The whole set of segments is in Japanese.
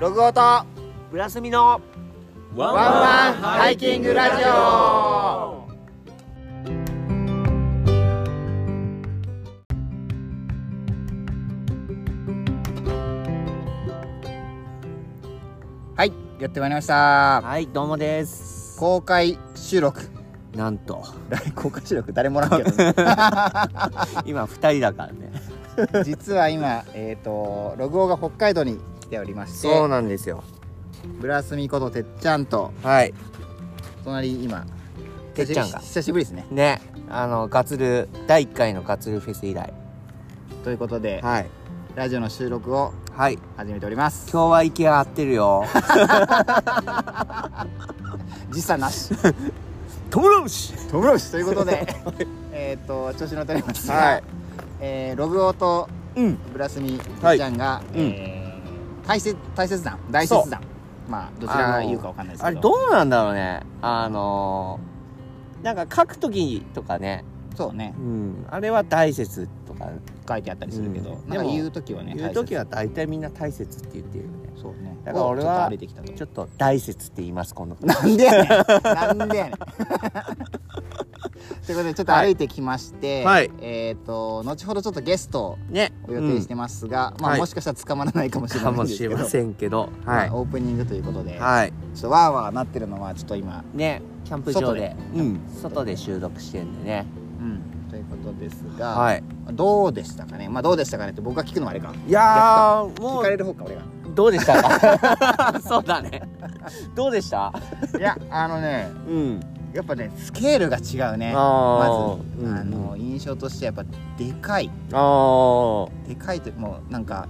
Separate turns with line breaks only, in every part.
ログオと
ブラスミの
ワンワンハイキングラジオはいやってまいりました
はいどうもです
公開収録
なんと
公開収録誰もらうけどね
今二人だからね
実は今えっ、とログオが北海道に来ておりまして
そうなんですよ
ブラスミことてっちゃんと
はい
隣今
てっちゃんが
久しぶりですね
ねあのガツル第1回のガツルフェス以来
ということで、
はい
ラジオの収録を
はい
始めております
今日は息が合ってる よ
時差な し
トムロシ
トムロシということでえっと調子に乗っておりますが、
はい
えーログオと
うん
ブラスミ
はい
ちゃんが、
うん
えー大切大切談大切談まあどちらが言うかわかんないです
あ
け
れ
ど
どうなんだろうねあのーなんか書く時とかね、
そうね
うん、あれは大切とか
書いてあったりするけど、
うん
なんか
でも
言う時はね
言う時は大体みんんな大切って言ってるよね
大切そうね
だから俺は
をちょっと歩いてきたと
ちょっと大切って言います今度
なんでやねんなんで やねんということでちょっと歩いてきまして、
はい
えっ、と後ほどちょっとゲストを
ね
を予定してますが、まあ、
はい
もしかしたら捕まらないかもしれな
か
いんで
も
す
し
け
れ
ど、
ませんけど
ま
は
あ
い
オープニングということで、
はい
ちょっとわーわーなってるのはちょっと今、
ねキャンプ場で
外
うん外で収録してんでね
うん、ということですが、
はい
どうでしたかねまあどうでしたかねって僕が聞くのはあれか
いやーも
聞かれ
う
る方か俺が
どうでした かそうだねどうでした
いやあのね
うん
やっぱねスケールが違うねま
あー
ず、
うん
あの印象としてやっぱでかい
ああ
でかいというかもうなんか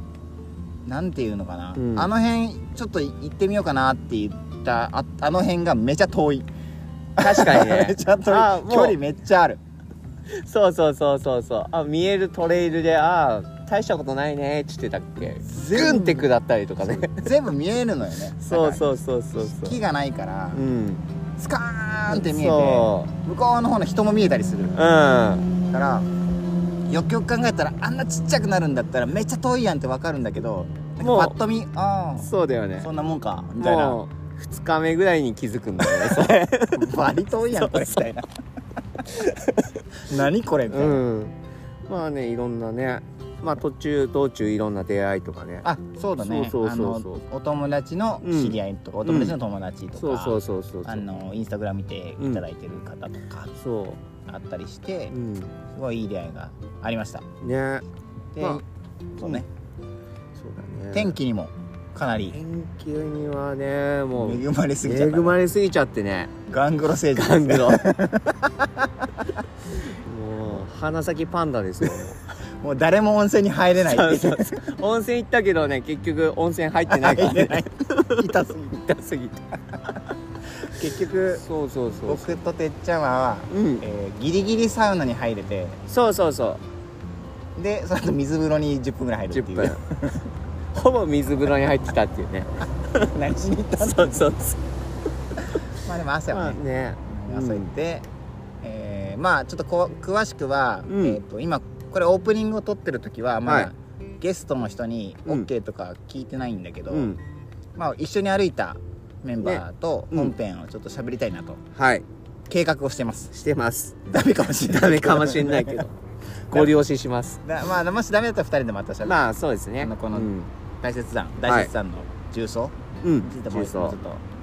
なんていうのかな、
うん
あの辺ちょっと行ってみようかなって言ったああの辺がめちゃ遠い
確か に
め
ね
ちゃ 遠
あ
い
ーもう
距離めっちゃある
そうそうそうそうそうあ見えるトレイルでああ大したことないねっつってたっけ
部
グンって下ったりとかね
全部見えるのよ ね
そうそうそうそうそ
木
う
がないから
うん
スカーンって見えて
そ
向こうの方の人も見えたりする
ううん
からよくよく考えたらあんなちっちゃくなるんだったらめっちゃ遠いやんってわかるんだけどなんか
もう
パッと見あ
そうだよね
あそんなもんかみたいな
もう2日目ぐらいに気づくんだよ ねそれ
割と遠いやんこれみたいな 何これみたいな、
うんまあねいろんなねまあ途中道中いろんな出会いとかね
あそうだね
そうそうそうそう
あのお友達の知り合いとか、
うん
お友達の友達とか、
そうそうそうそうそ
あ
う
のインスタグラム見ていただいてる方とか
そ
あったりして、
ううん
すごいいい出会いがありました
ね
で、
まあ
そうね、
そうだね
天気にもかなり
天気にはねもう
恵まれすぎちゃ
恵
った
まれすぎちゃってね
ガングロ星人
ガングロもう鼻先パンダですよも
もう誰も温泉に入れないっていう
う温泉行ったけどね結局温泉入ってないか
入れ
らね
ない痛すぎて
痛すぎて
結局
そうそうそう
僕とてっちゃんは、
うん
えーギリギリサウナに入れて
そうそうそう
でその後水風呂に10分ぐらい入るって
10
い
分
う
ほぼ水風呂に入ってたっていうね
何しに行った
そ
ん
う
だ
そうそう
まあでも汗
ま
は
あ
ね
ねうん
汗いて、えーまあちょっとこう詳しくは、
うん
えー、と今これオープニングを撮ってる時はまだ、
はい
ゲストの人に
うん
OK とか聞いてないんだけど、
うん
まあ、一緒に歩いたメンバーと
ねうん
本編をちょっと喋りたいなと
はい
計画をしてます、
し てます
ダメかもしれない
ダメかもし れないけどご了承します
だまあもしダメだったら2人でまた喋る、
まあそうですね
あのこの
うん
大雪山大雪山の重曹
う
につい
ん
てもうちょっと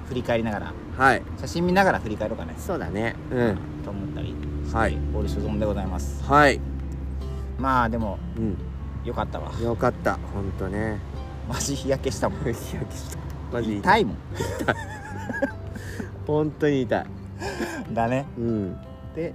振り返りながら
はい
写真見ながら振り返ろうかね
そうだねうん
と思ったりして、
はい
オール所存でございます
はい
まあでも
うん
よかったわ
よかったほんとね
マジ日焼けしたもん
日焼けしたマジ
痛いもん
本当に痛い
だね
うん
で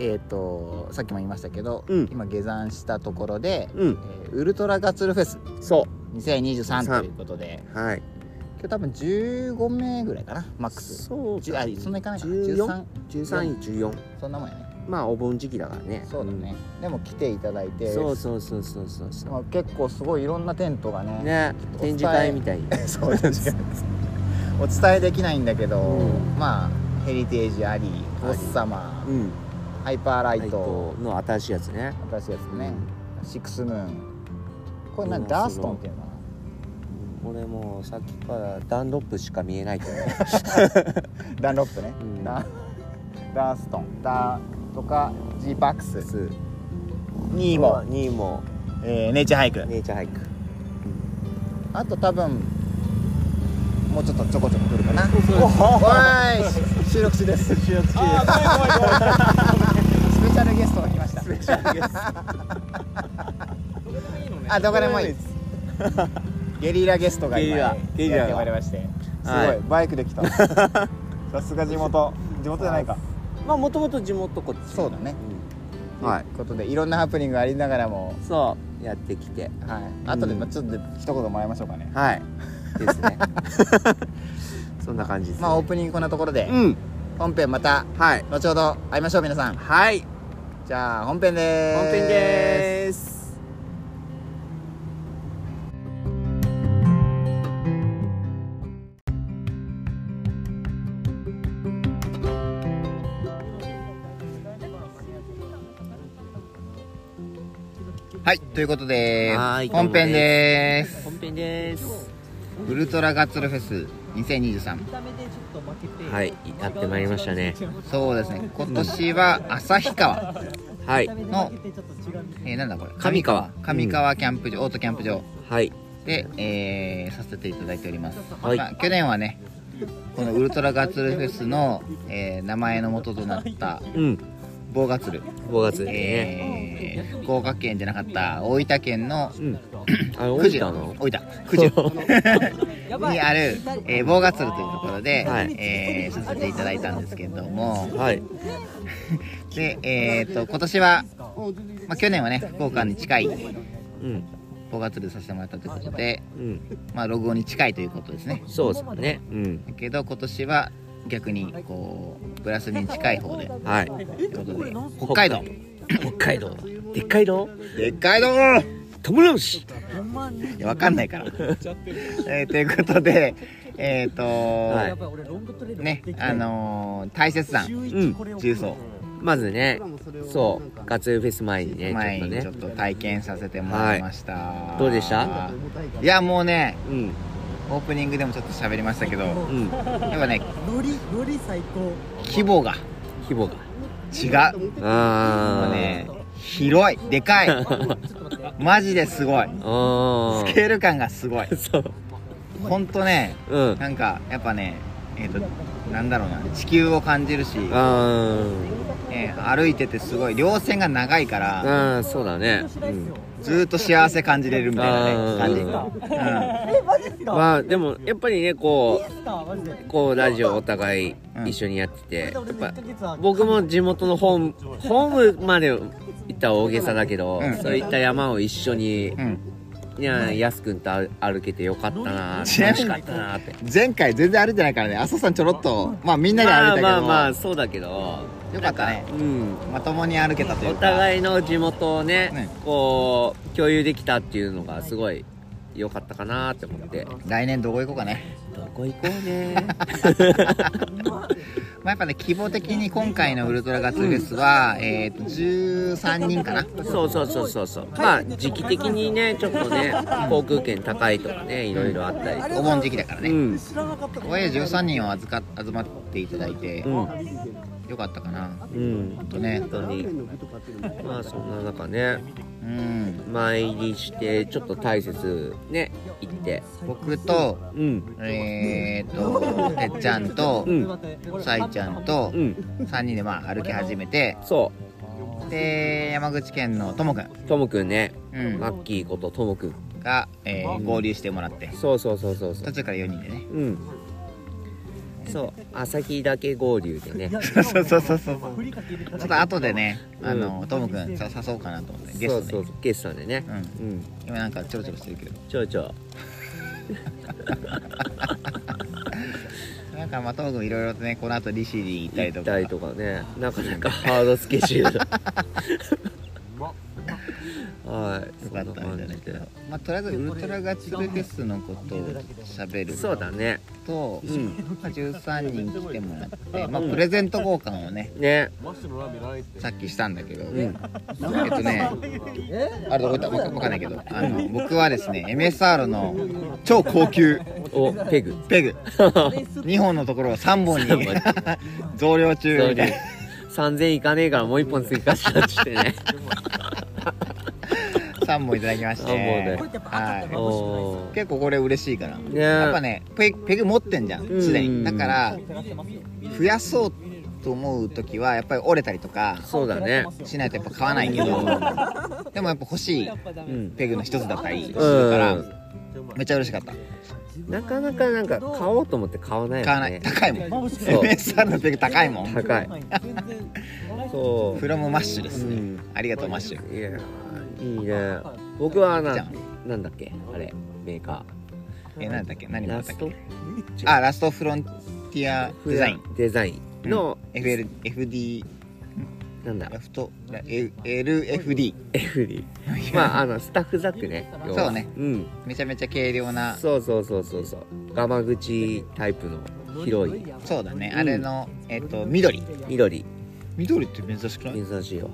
えっ、とさっきも言いましたけど、
うん
今下山したところで、
う
え
ん
ーウルトラガッツルフェス
そ
2023ということで
うはい
今日多分15名ぐらいかなマックス
そう
じゅあそんなにいかないかな
14
13
13位14
そんなもんやね
まあお盆時期だからね
そうだね、でも来ていただい
うん
て
そうそうそうそうそうそう
まあ、結構すごいいろんなテントがね
ね
お伝え
展示会みたいに
そう確かに お伝えできないんだけど、
うん
まあヘリテージあり
あ
ボ
り
ッサマー
うん
ハイパーライ
ライ
ト
トの新しいやつね
新しいやつね、シックスムーンこれ何
うん
ダーストンっていうのかな
俺もうさっきからダンロップしか見えないけどね
ダンロップね、
うん
ダダーストンダーとか G バックスにも、
2位も
えーネイチャーハイク
ネイチャーハイク
あと多分もうちょっとちょこちょこ来るかなおーいし収録中です収録中ですスペシャルゲストが来ましたあどこでもいいですゲリラゲストが今やって
ゲリラ
まいりましてすご
はい
いバイクで来 たさすが地元地元じゃないか
まあもともと地元こっち
そうだね
はい
ということでいろんなハプニングがありながらも
そうやってきて
はい後でまあちょっと一言もらいましょうかね
はいですねそんな感じです、ね
まあオープニングこんなところで
うん
本編また
はい
後ほど会いましょう皆さん
はい
じゃあ本編でーす
本編でーす
はいということで
はーい
本編でーす
本編です
ウルトラガッツルフェス2023
はいやってまいりましたね
そうですね今年は旭川
はい
の、えーなんだこれ
上川
上川キャンプ場、オートキャンプ場
はい
で、えーさせていただいております、
はい
まあ、去年はねこのウルトラガッツルフェスの、えー名前の元となった
うん
棒ガツル、
5月ですね、
えー福岡県じゃなかった大分県の
うんあれ
九
大
十
分なの
大分九十にある、えー、棒ガツルというところで、
はい
えーさせていただいたんですけれども
はい
でえー、と今年は、まあ、去年はね福岡に近い
うん
棒ガツルさせてもらったということで、
うん
まあ、ログオンに近いということですね
そうですねうん
だけど今年は逆にこうブラスに近い方で
はい
ということで北海道
北海道でっかい道
でっかい道
トムラムシ
いやわかん ないから、えーということでえっ、と
はい
ねあのー大雪山
うん
重曹
まずねそうガツフェス前にね
前
ちょっと
にちょ
ね
っと体験させてもらいました、
いどうでした
いやもうね
うん
オープニングでもちょっと喋りましたけどやっ
うん
ぱね
ノリノリ最高
規模が
規模が
違うも
あ
う
あ
ね広いでかいマジですごい
あ
ス
ー
ケール感がすごい
そう
ほんとね
うん
なんかやっぱねえっ、となんだろうな地球を感じるし、
あ
えー歩いててすごい稜線が長いから、
ーあーそうだね、うん、
ずーっと幸せ感じれるみたいなね
あ
感
えマジっすか
まあでもやっぱりねこ
いいっすかマジで
うこうラジオお互い
うん
一緒にやっててやっ
俺の
ぱ
1ヶ月は
僕も地元のホームホームまで行ったら大げさだけど、
うん
そういった山を一緒に、
じ、うん、
いややすくんと歩歩けてよかったな楽
ちなみ
し
に
かったなって
前回全然歩いてないからね朝さんちょろっとまあみんなで歩いたけど、
まあまあそうだけど
よかったね
うん
まともに歩けたという
お
かい
互いの地元をね
ね
こう共有できたっていうのがすごい良かったかなって思って
来年どこ行こうかね、
どこ行こうね
まあ、やっぱね希望的に今回のウルトラガッツフェスは、えー、と13人かな
そうそうそうそうそうまあ時期的にねちょっとね航空券高いとかねいろいろあったり
お盆時期だからね、
うん
知らなかった
ここへ13人を預か集まっていただいて、
うん
よかったかな
うん本
当ね
当にまあそんな中ね
うん
参りしてちょっと大切ね行って
僕と
うん
えー、とてっちゃんと
うん
さいちゃんと
うん
3人でまあ歩き始めて
そ
で山口県のともくん
うともくんね、
うん
マッキーことともくん
が、えー合流してもらって
そうそうそうそうそう
途中から4人でね
うんそう旭岳合流でね
そうそうそうそう
振りかけ入れた
ちょっと後でねあの、トムくんさ誘おうかなと思ってゲスト
そう
で
そうゲストでね
うん
うん
今なんかちょろちょろしてるけど
ちょいちょ
なんかまあトムくんいろいろとねこの後利尻行った
い
り
行
と
っ
か
たりとかねなかなかハードスケジュールあはい
よ
そ
かっ
んな
たみたいだ
感じ
け
で
どまあとりあえずウルトラガチルフェスのことを喋る
そうだね
と、
うん
まあ13人来てもらって、まあ、プレゼント交換をね
ね
さっきしたんだけど、
うん
えっとねあれどこ行ったわかわかんないけどあの僕はですね MSR の超高級
おペグ
ペグ2本のところを3本
三
に
本
増量中
そう
みたいな
ね3000いかねえからもう一本追加したっつって ね
3本いただきまし
三本
て
で、
は
おー
い、結構これ嬉しいから、
ね
やっぱねペペグ持ってんじゃん
うん
すでにだから増やそうと思う時はやっぱり折れたりとか
そうだね
しないとやっぱ買わないけどでもやっぱ欲しい
うん
ペグの一つだったりするか
う
ら
ん
めっちゃ嬉しかった
なかなかなんか買おうと思って買わないよね
買わない高いもん
そう
MSR のペグ高いもん
高いそう
フロムマッシュです
う
ね
ん
ありがとうマッシュ
いやーいいね僕はな
じゃあ
なんだっけあれメーカ
え何だっけ何
ー
もら
ラ
った
ス
っけ
ト
あラストフロンティアデザイン
デザインの、
FL FD
なんだ
ラフトラ L- LFD
FD まああのスタッフザックね要 は
そうね
うん
めちゃめちゃ軽量な
そうそうそうそうそうガマ口タイプの広い
そうだね
うん
あれのえっと緑
緑
緑って珍しくないい
珍しいわ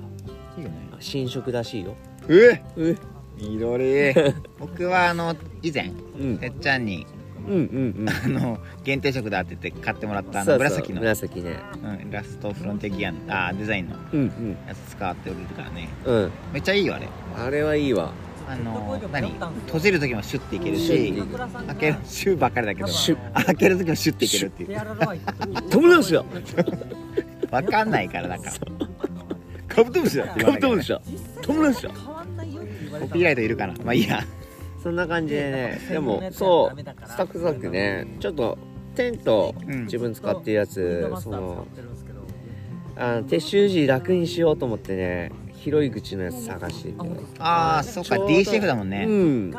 いよね
新色らしいよ
え
え
緑僕はあの以前
うん
てっちゃんに
うんうん
あの限定色だって言って買ってもらっ
うん
たあ
そうそ
の
う
紫の
紫ね
うん、ラストフロンテギアのあーデザインの
うん
やつ使っておるからね
うんうん
めっちゃいいよあれ
あれはいいわ
あのー何閉じる時もシュッていける
シュッてい
し
ける
開けるシューばっかりだけど
シュ
開ける時もシュッていけるっていう
トムダムシだ
わかんないからだからカブトムシだって言わなきゃいけない
だトムダムシだ
コピーライトいるかなまあいいや
そんな感じでねでもそうスタックザックねちょっとテント
うん
自分使ってるやつそのあの撤収時楽にしようと思ってね広い口のやつ探してて
ああそっか
ちょうど
DCF だもん
う
ね
ん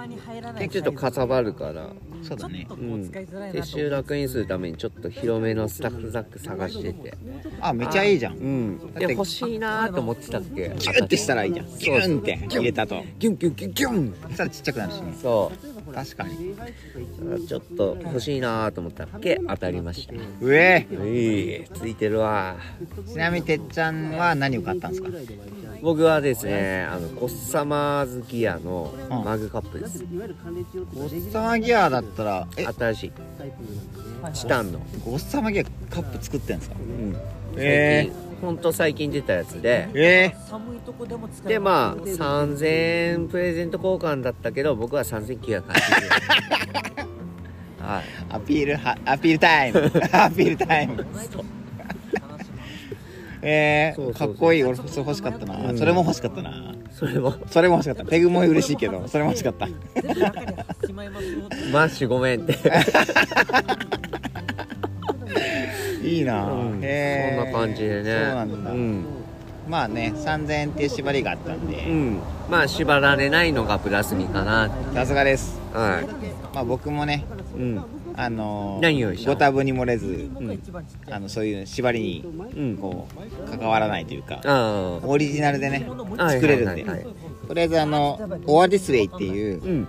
でちょっとかさばるから
そうだね
うん撤収楽にするためにちょっと広めのスタッフザック探してて
あめちゃいいじゃ
うんん
だって
で欲しいなーと思ってたっけ
ギュンってしたらいいじゃんギュンって入れたと
ギュンギュンギュンギュン
そしたらちっちゃくなるしね
そ
確かに
うちょっと欲しいなーと思ったっけ当たりました
うえ
いいついてるわ
ちなみにてっちゃんは何を買ったんですか
僕はですねあのコッサマーズギアの
うん
マグカップです
ゴッサマギアだったらえ
新しいチタンの、
ゴッサマギアカップ作ってんですか
うん、
え
最近ほんと最近出たやつで
え
寒いとこでも使え
でまあ3000円プレゼント交換だったけど僕は3980円 はい
ー、アピールはアピールタイ ムアピールタイムえ
そうそう
ー、
そ
か
う
っこいい俺それ欲しかったな、
うん
それも欲しかったな
それは
それも欲しかったペグも嬉しいけどそれも欲しかった
全部中に入ってしまいますよって
マッシュごめんって
いいな、
うん
えー
そんな感じでね
そうなんだ、
うん、
まあね3000円っていう縛りがあったん
う
で
ん、まあ縛られないのがプラスミかな
さすがです
はい
まあ僕もね
うん
あのー
何用意した
ご多分に漏れず
僕が一番ちっちゃ
あ
い
のそういう縛りに
うん
こう関わらないというか
あ
オリジナルでね
あはい
作れるん
は
で
いはいはい
とりあえずあのオアディスウェイっていう
うん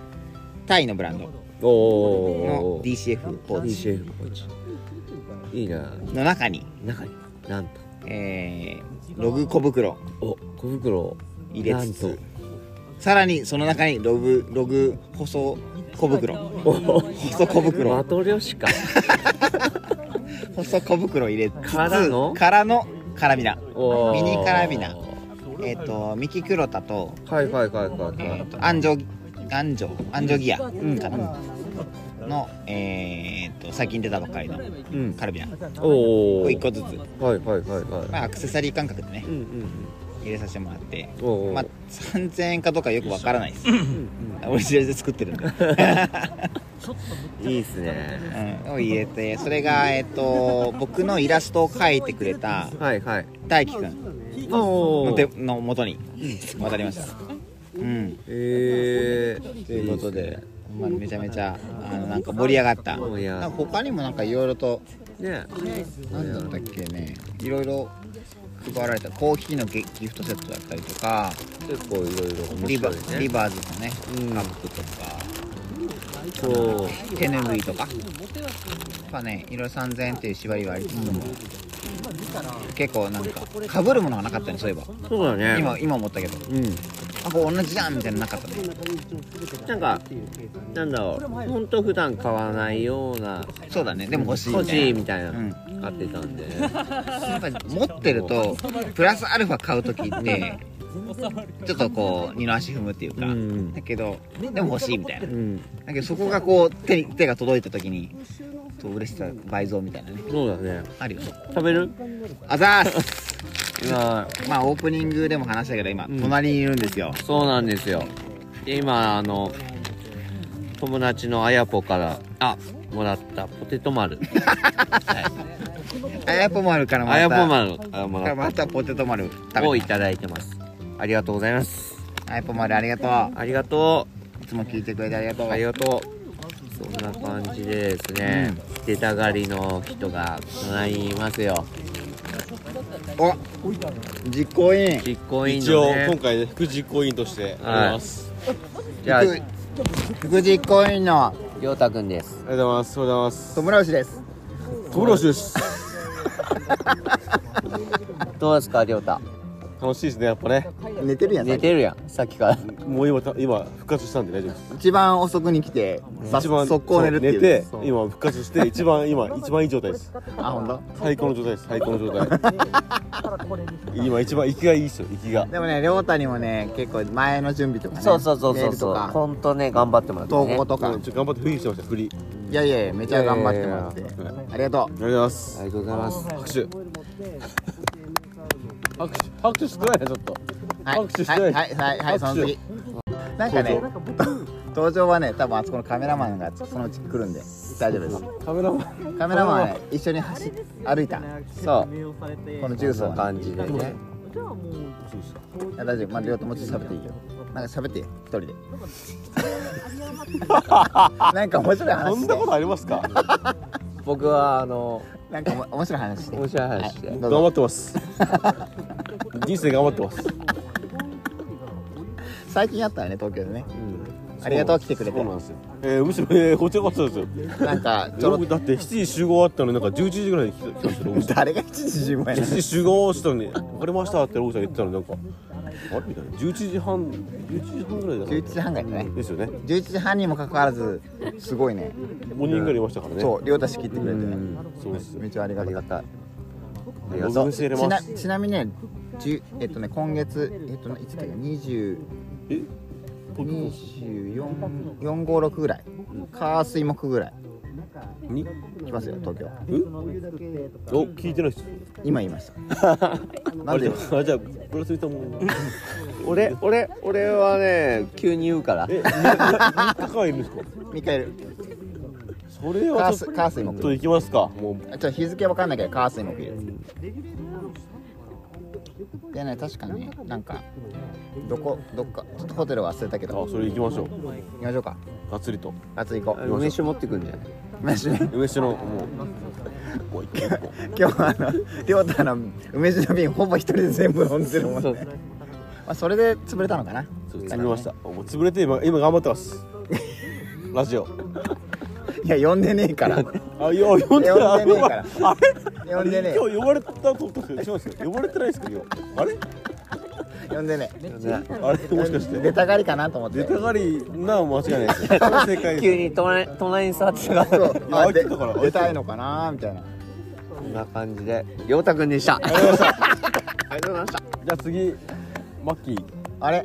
タイのブランド
お
の
お
DCF ポーチ
DCF ポーチいいな
の中に、
中になんと
えー、ログ小袋
お小袋を
入れつ
なん
つさらにその中にログログ細小袋
とお
細小
マ
袋
トリョシカ
細小袋入れつつ
からの
からのカラビナ
おー
ミニカラビナえっ、とミキクロタと,、
はいはいはいはい
え
は
ー、
い
と安城安城安城ギアか
ん
な、のえっ、と最近出たばっかりの
うん
カラビナ
おお
を1個ずつ、
はいはいはいは
まあ、アクセサリー感覚でね
いうんうん
入れさせてもらって
うんおお
まあ、3000円かどうかよくわから ないです
うん
オリジナルで作ってるんで、
うんいいっすね
うん、を入れてそれが、えっと僕のイラストを描いてくれた
はいはい
大輝くん
お
の
お
手の元に渡りましたうん
えー
ということで、まあ、めちゃめちゃあのなんか盛り上がった
盛り上がっ
な
た
んか他にもなんかいろいろと
ね
なんだったっけねいろいろ配られたコーヒーのゲギフトセットだったりとか
結構いろいろ面
リバ
白いね
リバーズのね
うん
カップとか
そう
手ぬぐいとかとかねいろいろ3000円っていう縛りはありつつも結構なんかかぶるものがなかったねそういえば
そうだね
今今思ったけど
うん
あこれ同じじゃんみたいなのなかったね
なんかなんだろう本当普段買わないような
そうだねでも欲しい
欲しい
み
みたい
た
ない
なうん
買ってたんでね
やっぱり持ってるとプラスアルファ買う時ってちょっとこう二の足踏むっていう
う
か、
ん
だけどでも欲しいみたいな
うん
だけどそこがこう手に手が届いた時にそう嬉しさ倍増みたいなね
そうだね
あるよね
食べる
あざーす
今
まあオープニングでも話したけど今、
うん
隣にいるんですよ
そうなんですよで今あの友達のあやぽからあもらったポテト丸
あやぽまるからま
あやぽ
た
丸あも
から
らっ
またポテト丸食べ
た
て
をい
ます
ただいてますありがとうございます
あやぽまるありがと
ありがとう
ういつも聞いてくれてありがとう
ありがとう。そんな感じでですね、出たがりの人が隣にいますよ。
お実行委員
実行委員
一応
の、
今
ね、
回ね副実行委員としてあります、
じゃあ、り
副副実行委員の
ょうたくんです。
ありがとうございますおはようございます
トムラウシです
トムロシです
どうですか、りょうた。
楽しいですねやっぱね
寝てるやん
寝てるやん、さっきから。
もう今た今復活したんで大丈夫です
一番遅くに来てさ
一番
速攻寝るっていう
そう寝て今復活して一番今一番いい状態です
あ本当。
最高の状態です最高の状態今一番息がいいですよ息が
でもね亮太にもね結構前の準備とかね
そうそうそうそ
メール
う
と
そう。
か
ほんとね、頑張ってもらって、
投
ね
稿。とか
うんちょっと頑張ってフリーしてましたフリー
いやいやいやめちゃ頑張ってもらって
いやいやいや
ありがと
ありがとうございます
ありがとうございます。
拍手拍手拍手少ないなちょっと
うはい
拍手して
はいはいはいはいその次なんかね登場はね多分あそこのカメラマンがそのうち来るんで大丈夫です
カメラマン
カメラマンはね一緒に走歩いた
そう、
このジュース
そ
を
んな
ね
感じでね。
いや大丈夫まだ亮太もうちょっと喋っていいよなんか喋って一 人でなんか面白い
そ
話
ん
し
な
て
ことありますか
僕は、あの、
なんかおも面白い話して
面白い話して。
頑張ってます人生頑張ってます
最近あったよね東京でね
うん
ありがとう来てくれ
そ
て
うなんですよ。えー、むしろ、えー、こっちらこそですよ。
なんか ちょろっ
僕だって7時集合あったのになんか11時ぐらいに来た来たんです
と
よ。
誰が7時15
7
やね
時集合したのに分かりましたってログさん言ってたのになんかあれみたいな11時半11時半ぐらいだな
11時半ぐらいだね
ですよね
11時半にもかかわらずすごいね
5人ぐらいいましたからね
そう亮太仕切ってくれてね
そうですよ
めっちゃありがたかった
ありがとう
ちなちなみにねじゅえっとね今月えっとねいつだっけ20
え
24456ぐらい火水木ぐらい
に
来ますよ東京
お聞いてない人
今言いました な
あ
ん
れ
で
じゃああじゃあプラスいたも ん
俺、俺、俺はね、急に言うから。
え3日間いるんですか
ミカエル
それは
火
ちょ
水火水
っと
木
行きますかも
あちょっと日付わかんないけど火水木ですでね確かねなんかどこどっかちょっとホテル忘れたけ
うあ
ど
それ行きましょう
行きましょうか
がっつりと
夏行こう
梅酒持ってくんじゃない
飯ね
梅酒のもうこう一個一個
今日はあの亮太の梅酒の瓶ほぼ一人で全部飲んでるもんねまあそれで潰れたのかな
そう潰れました。もう潰れて今今頑張ってます。ラジオ。
いや呼んでねえ から
あいや呼んでない。
呼んでねえから
あれ。
呼んでねえ
今日呼ばれたと思ったんですけど、すいません呼ばれてないですけど。あれ
呼んでね
あれもしかし
え出
て。
たがりかなと思って
出たがりな間違いないですよ。これ正解
急
で
に隣隣に座ってた
そ
から。
うあ
あ
で
来たから
出たいのかなみたいな
こんな感じで、りょうたくんでした。ありがとうございました。
す。じゃあ次マッキー。
あれ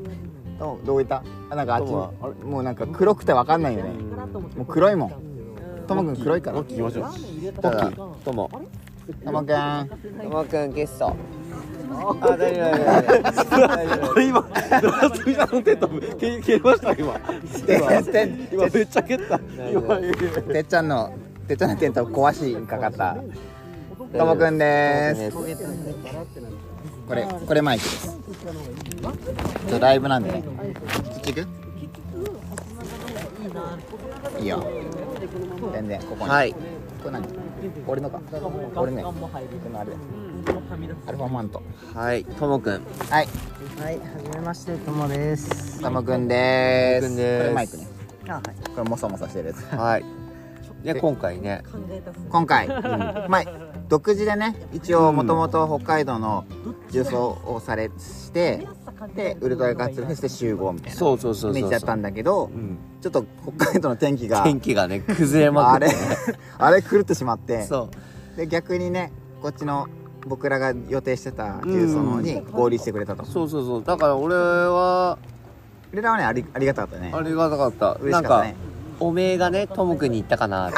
どうどういたあなんかあっちに
ど
もうなんか黒くてわかんないよねもう黒いもんともくん黒いか
マ
ら
ッキー行きましょ
ただ、
と
とも。
もくん
ともくんゲスト。あ、大丈夫、大丈夫。大丈夫
う。今ドラスミさんの手と蹴蹴りまし た今。
て
今めっちゃ蹴った。今
てっちゃんのてっちゃんのテントを壊しにかかったともくんです
ともくんです。
これこれマイクですちょっとライブなんでねそっち行くいいよ全然ここに
はい
これ何俺のか俺ねこのあれだよアルファマント
はいともくん
はい
はい、はじめまして、ともです。
たまくんで
と
ー
もくん
す
です
これマイクね
あ、はい。
これモサモサしてるやつ
はいで今回ね
今回、まあ独自でね一応もともと北海道の重曹をされしてでウルトラガッツフェスで集合みたいな
そうそうそう
イメ
そ
ー
う
ジだったんだけど
うん
ちょっと北海道の天気が
天気がね崩れ
あ
まく
れ
って
あれ狂ってしまって
そう
で逆にねこっちの僕らが予定してた重曹の方に合流してくれたと
そうそうそうだから俺は
俺らはねありありがたかったね
ありがたかった
嬉
な
し
ん
かった
か
ね
おめえがねともくんに言った かなって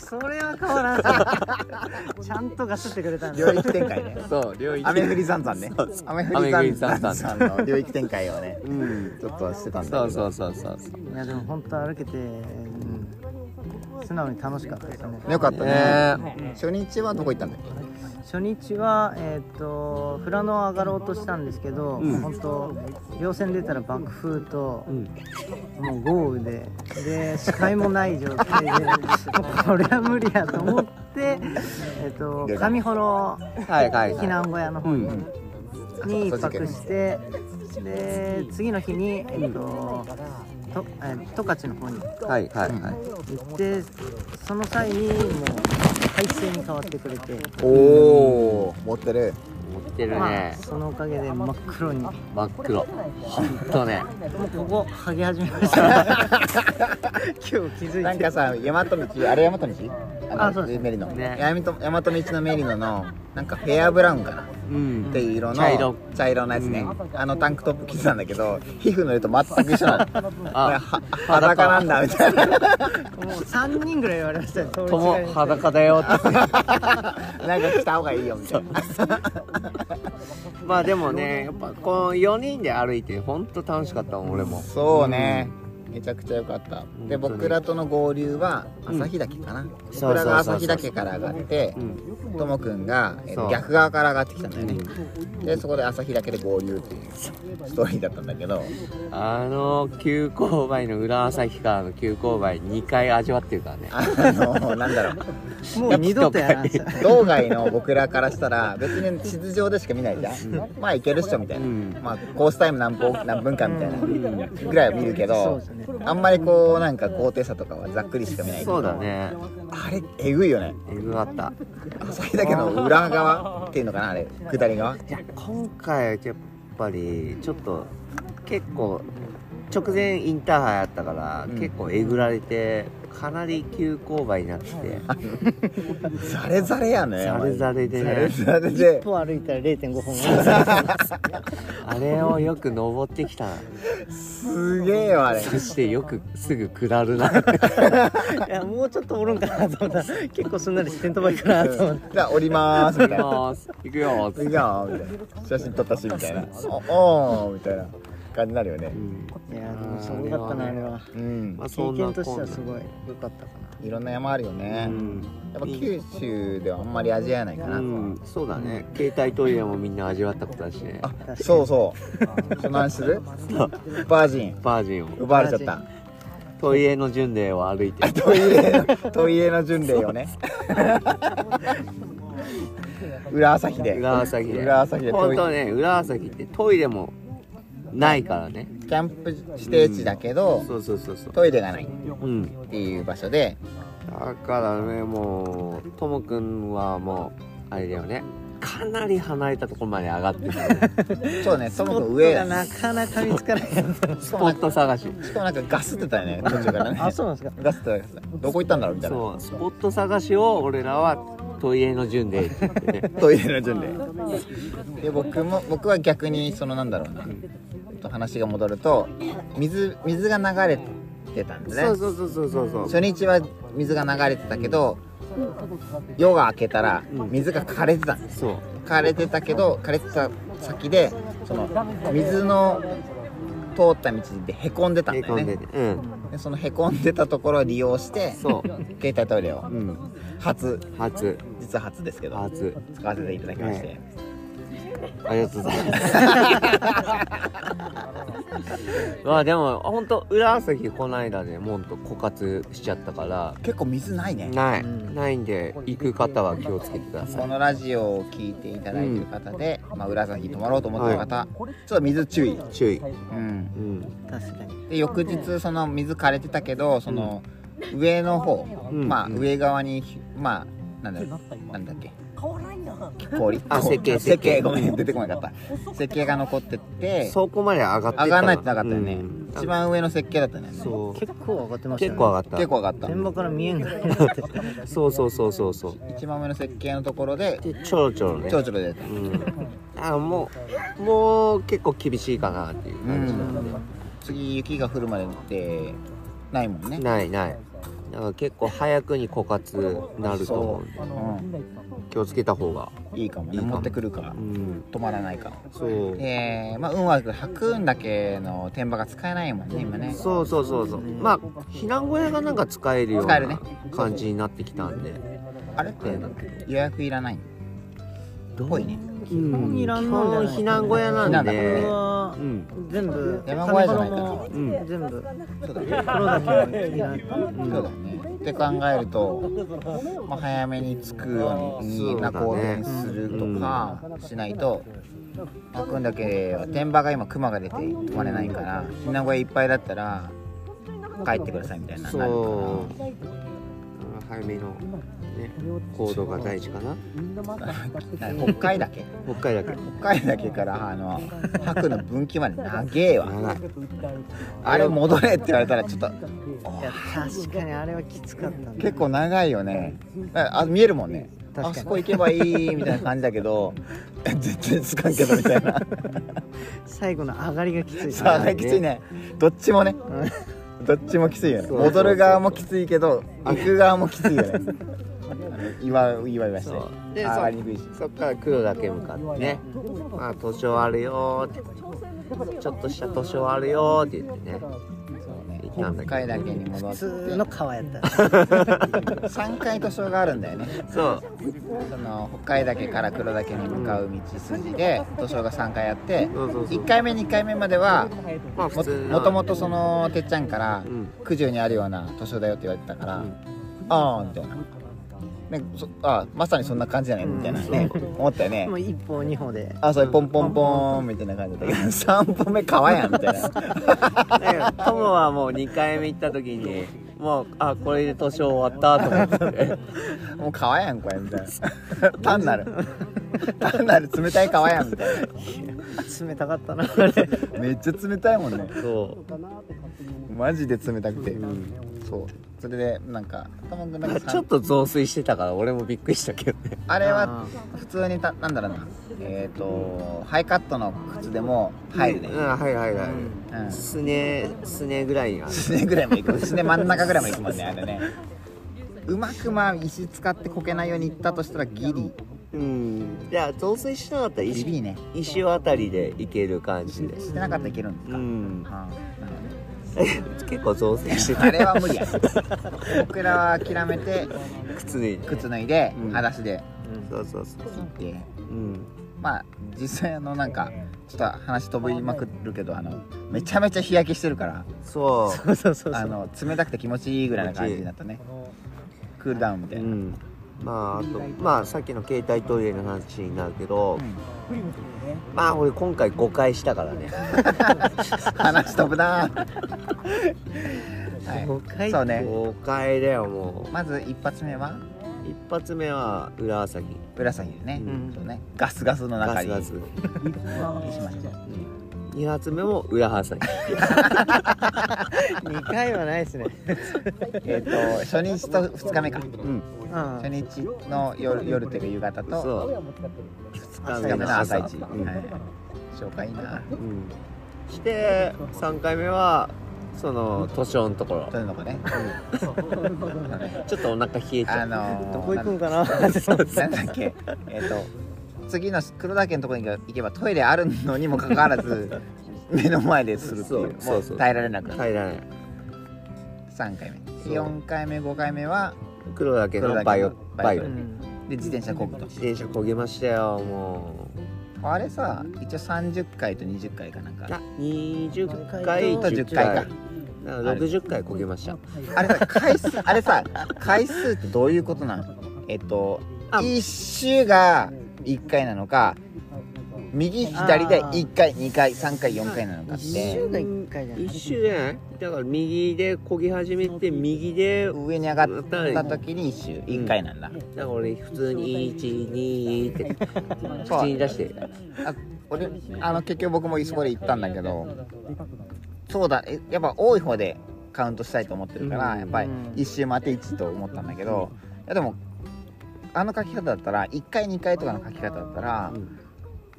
それは変わらず。ちゃんとガスってくれたんで。
領域展開ね
そう領域
雨降り三々ね雨降り三々さんの領域展開をね
うん
ちょっとしてたんだけ
そ
ど
うそうそうそうそう
いや、でも、本当歩けて、素直に楽しかったですね。
よかった
ね
ね
え
初日はどこ行ったんだっけ
初日は、えーっと、富良野上がろうとしたんですけど、本当。稜線出たら爆風と、もう豪雨で、で、視界もない状態で。もうこれは無理やと思って、えーっと、上幌
はいはい
避
は
難小屋の
い
方
う
に。
ん
に一泊してで次の日にえっととえー十勝の方に
はいはいはい
行ってその際にもう海水に変わってくれて、
おお持ってる
持ってる
まあ
ね
そのおかげで真っ黒にも
真っ黒ほんとね
うここ剥げ始めました 今日気づいて
なんかさ大和道あれ大和道
あそうです
メリノ
ね
大和大和道のメリノのなんかフェアブラウンかな
うん
っていう色の
茶色
茶色のやつね、
う
あのタンクトップ着てたんだけど皮膚の色と全く一緒なのこれ
あ
は裸なんだみたいな
もう3人ぐらい言われましたよ
とも裸だよって
なんか着た方がいいよみたいな
まあでもねやっぱこの4人で歩いてほんと楽しかったもん俺も
そうね、めちゃくちゃ良かったで
本当に
僕らとの合流は旭岳かな、
そうそうそうそう
僕らが旭岳から上がってともくんが、えっと
そう
逆側から上がってきたんだよね、でそこで旭岳で合流っていうストーリーだったんだけど
あの急勾配の裏旭川の急勾配2回味わってるからね
あのなんだろう
もう二度とやらんし
道外の僕らからしたら別に地図上でしか見ないじゃん、まあいけるっしょみたいな、
うん
まあコースタイム何 歩何分間みたいなぐらいは見るけ
そう
ど
ですね
あんまりこうなんか高低差とかはざっくりしか見ない
そうだね
あれえぐいよね
えぐかった
旭岳の裏側っていうのかなあ れ下り側
いや今回やっぱりちょっと結構直前インターハイあったから、
うん
結構えぐられてかなり急勾配になってて
ザレザレやね
ザレザレで
ザ
ね
レザレで
一歩歩いたら0.5本
あれをよく登ってきた
すげえよ あれ
そしてよくすぐ下るな
いやもうちょっとおるんかなと思ったら結構すんなりしてテントバイクかなと思って
じゃあ降りまーすみたいな
行くよ
いいよみたいな写真撮ったしみたいなおおーみたいな感じになるよね
いやでもすごかったなあれは
うん
まあ、そ
経
んな
験とし
こ
て
んな
はすごい良かったかない
ろんな山あるよね、
うん、
やっぱ九州ではあんまり味わえないかな、
うん、そうだね携帯トイレもみんな味わったことだしね
あそうそう湘南するバージン
バージンを
奪われちゃった
トイレの巡礼を歩いて
トイレのトイレの巡礼をね裏朝日で
裏朝日で
裏朝日でト
本
イ
当ね裏朝日ってトイレもないからね
キャンプ指定地だけど、
そうそうそうそう
トイレがないっ
うん
ていう場所で
だからねもうともくんはもうあれだよねかなり離れたところまで上がってる
そうねそもそも上
が
だ
な
な
かなか見つからへ
し
ん
ス
か
ポ
も
ット探し
しかもなんかガスってたよね途中からね
あそうなんですか
ガスってたガスってたどこ行ったんだろうみたいな
そうスポット探しを俺らはトイレの巡礼って言ってね
トイレの巡礼で僕も僕は逆にそのなんだろうな、と話が戻ると水水が流れてたんですね
そうそうそうそうそうそう
初日は水が流れてたけど夜が明けたら水が枯れてたんです
そう
枯れてたけど枯れてた先でその水の通った道でへこんでたん
へ
だよ
こんで
ね
てうん
でそのへこんでたところを利用して
そう
携帯トイレを
うん
初
初
実は初ですけど
初
使わせていただきまして、
ありがとうございます まあでも本当裏旭この間でもうほんと枯渇しちゃったから
結構水ないね
ない、ないんで行く方は気をつけてくださ
こ
い
のラジオを聞いていただいてる方で、まあ、浦崎泊まろうと思ってる方、ちょっと水注意、
注意
うん、
うん
確かに。
で翌日その水枯れてたけどその上の方、
ん
まあ上側にまあなんだろうなんだっけ
変わらないんだ。
氷
あ
こう
石鹸
石鹸ごめん出てこなかった石鹸が残ってて
そこまで上がってた
上がらないとなかったよね、
うん
一番上の石鹸だったね
そう
結構上がってました
結
よね。
構上がった
結構上がった
現場から見えんぐらい。
そうそうそうそうそう
一番上の石鹸のところで
でちょろちょろね
ちょろちょろ出て
うんあもうもう結構厳しいかなっていう感じなんで、
次雪が降るまでってないもんね、
ないないだから結構早くに枯渇なると思うんで
う
気をつけた方が
ん、いいかも
いい
ね
かも
持ってくるから
うん
止まらないから
そう
えー、まあ運悪く白雲だけの天場が使えないもんね今ね
そうそうそうそうまあ避難小屋がなんか使えるよう
使える
な
ね
感じになってきたんで、
あれって予約いらないっぽいね
うん
本いらんのんじゃない
基本避難小屋なんで
避難だ
僕は
うん
全部
山小屋じゃないから
上
うん
も全部
そうだね
黒だけはいらん
そうだねって考えると、まあ、早めに着くように
そうだ
な
ね
行動にするとかしないと白雲だけは天場が今熊が出て止まれないから避難小屋いっぱいだったら帰ってくださいみたいななるから
そう早めの、ね、行動が大事かな
な北海だけ
北海だけ
北海だけからあの白の分岐まで長えわ
長い
あれ戻れって言われたらちょっと
いや確かにあれはきつかったね
結構長いよねあ見えるもんね
確か
あ
に
そこ行けばいいみたいな感じだけ ど絶対つかんけどみたいな
最後の上がりがきつい
さああれきついねどっちもねどっちもきついよね戻る側もきついけど行く側もきついよねあの岩岩岩して
そうで
上がりに
そ
くいし
そっから黒だけ向かってねまあ年はあるよーってちょっとした年はあるよーって言ってね行ったんだ
北海
け
だ
ど
けに戻っ
普
て
通の川やった
3回図書があるんだよね
そう
その北海岳から黒岳に向かう道筋で図書が3回あって
そうそうそう
1回目2回目までは
まあ
も
普通の
もともとそのてっちゃんから
うん
九十にあるような図書だよって言われてたから、ああみたいな、ね、そあまさにそんな感じじゃないみたいなね、思ったよね
もう一歩二歩で
あそれポンポンポンみたいな感じだったけど3歩目川やんみたいな
だからトムはもう2回目行った時にもうあこれで年終わったと思って
もう川やんこれみたいな単なる単なる冷たい川やんみたい
冷たかったなあれ
なめっちゃ冷たいもんね
そ
マジで冷たくて、そうそれでなんかトモ君なんか
う
さん
ちょっと増水してたから俺もびっくりしたけどね
あれは普通にたなんだろうなえっ、とハイカットの靴でも入るね、
うん入る入る入る
うん
すねすねぐらいには
すねぐらいまで行くすね真ん中ぐらいまで行くもんねあれねうまくまあ石使ってこけないように行ったとしたらギリ
うんいや増水しなかったら
ギリ
石
ね
石渡りで行ける感じです
してなかったらいけるんです
う
か、
ん
あーなるほどね
結構増水して
あ
た
れは無理や僕らは諦めて
靴脱いで
靴脱いで
うん
裸足で
そうそうそう
行って
うん
まあ実際あのなんかちょっと話飛びまくるけどあのめちゃめちゃ日焼けしてるから
そ
そうそうそう
あの冷たくて気持ちいいぐらいな感じになったねクールダウンみた
うう
いな、
んまああとまあさっきの携帯トイレの話になるけど、まあ俺今回5回したからね
話飛ぶなぁ
5
は
回
い、そうね
5回だよも
まず一発目は
う一発目は裏朝日
浦崎でね,、
うん
そうねガスガスの中
ガス
に
ガス
しました
2発目も裏朝日
2回はないですね
えっ、と初日と2日目か、
うん
初日の夜夜というか夕方と
そう
2日
二日
目
目
の
の
朝
朝
一、
うん
はい、紹介いいな
うんして3回目はその図書のところ
というのもね
ちょっとお腹冷えちゃ
あ
う
のー、
どこ行くん
か
かな
なんだっけえっ、と次の黒岳のところに行けばトイレあるのにもかかわら ず目の前でするっていう
そうそうそう
もう耐えられなくなる
平らない
3回目
そう
4回目5回目は
黒だけ
黒
の
岳
バイオ
の
バイオ
バイオ
うん
で自転車こぐと
自転車焦げましたよも
あれさ一応30回と20回かなんか
あ20回
と10
10
回
回
か
だから60回こげました
あれさ回 数あれさ回数ってどういうことなのえっと
あ
1周が1回なのか右左で1回2回3回4回なのかっ
一
て
周が1回じゃない一周じゃないだから右でこぎ始めて右で
上に上がった時に1周1回なんだ、
だから俺普通に12って口に出して
俺あの結局僕もそこで行ったんだけどそうだえやっぱ多い方でカウントしたいと思ってるから、
うん
やっぱり1周回って1と思ったんだけど、いやでもあの書き方だったら1回2回とかの書き方だったら、
うん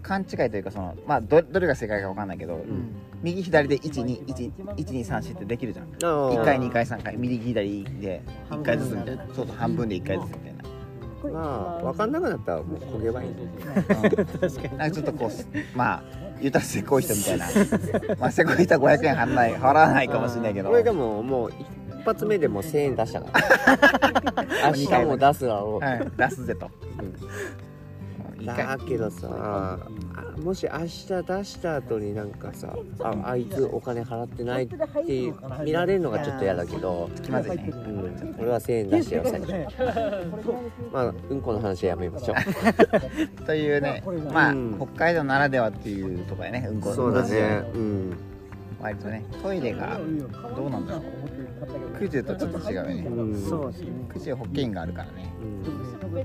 勘違いというかその、まあ、どどれが正解か分かんないけど、右左で121234ってできるじゃん1
1
回2回3回右左で1回ずつみたいなそうそう半分で1回ずつみたいな。
まあ分かんなくなったらもうこげばいいんだよね
なんかちょっとこうまあ言ったらせこい人みたいな まあせこい人は500円払わない払わないかもしれないけど
俺でももう一発目でもう1000円出したから 明日も出すだろ
はい、出すぜと、
う
一
だ
回
けどさあもし明日出した後になんかさああいつお金払ってないっていう見られるのがちょっと嫌だけど、
気まずいね
うん、俺は1000円出してよ最初まあうんこの話はやめましょう
というねまあ、
うん
北海道ならではっていうところやねうんこ
そうだね
うん
うん
割とねトイレがどうなんだろう九州とちょっと違うよね
うん
そうですね
九州保険があるからね
うん
いや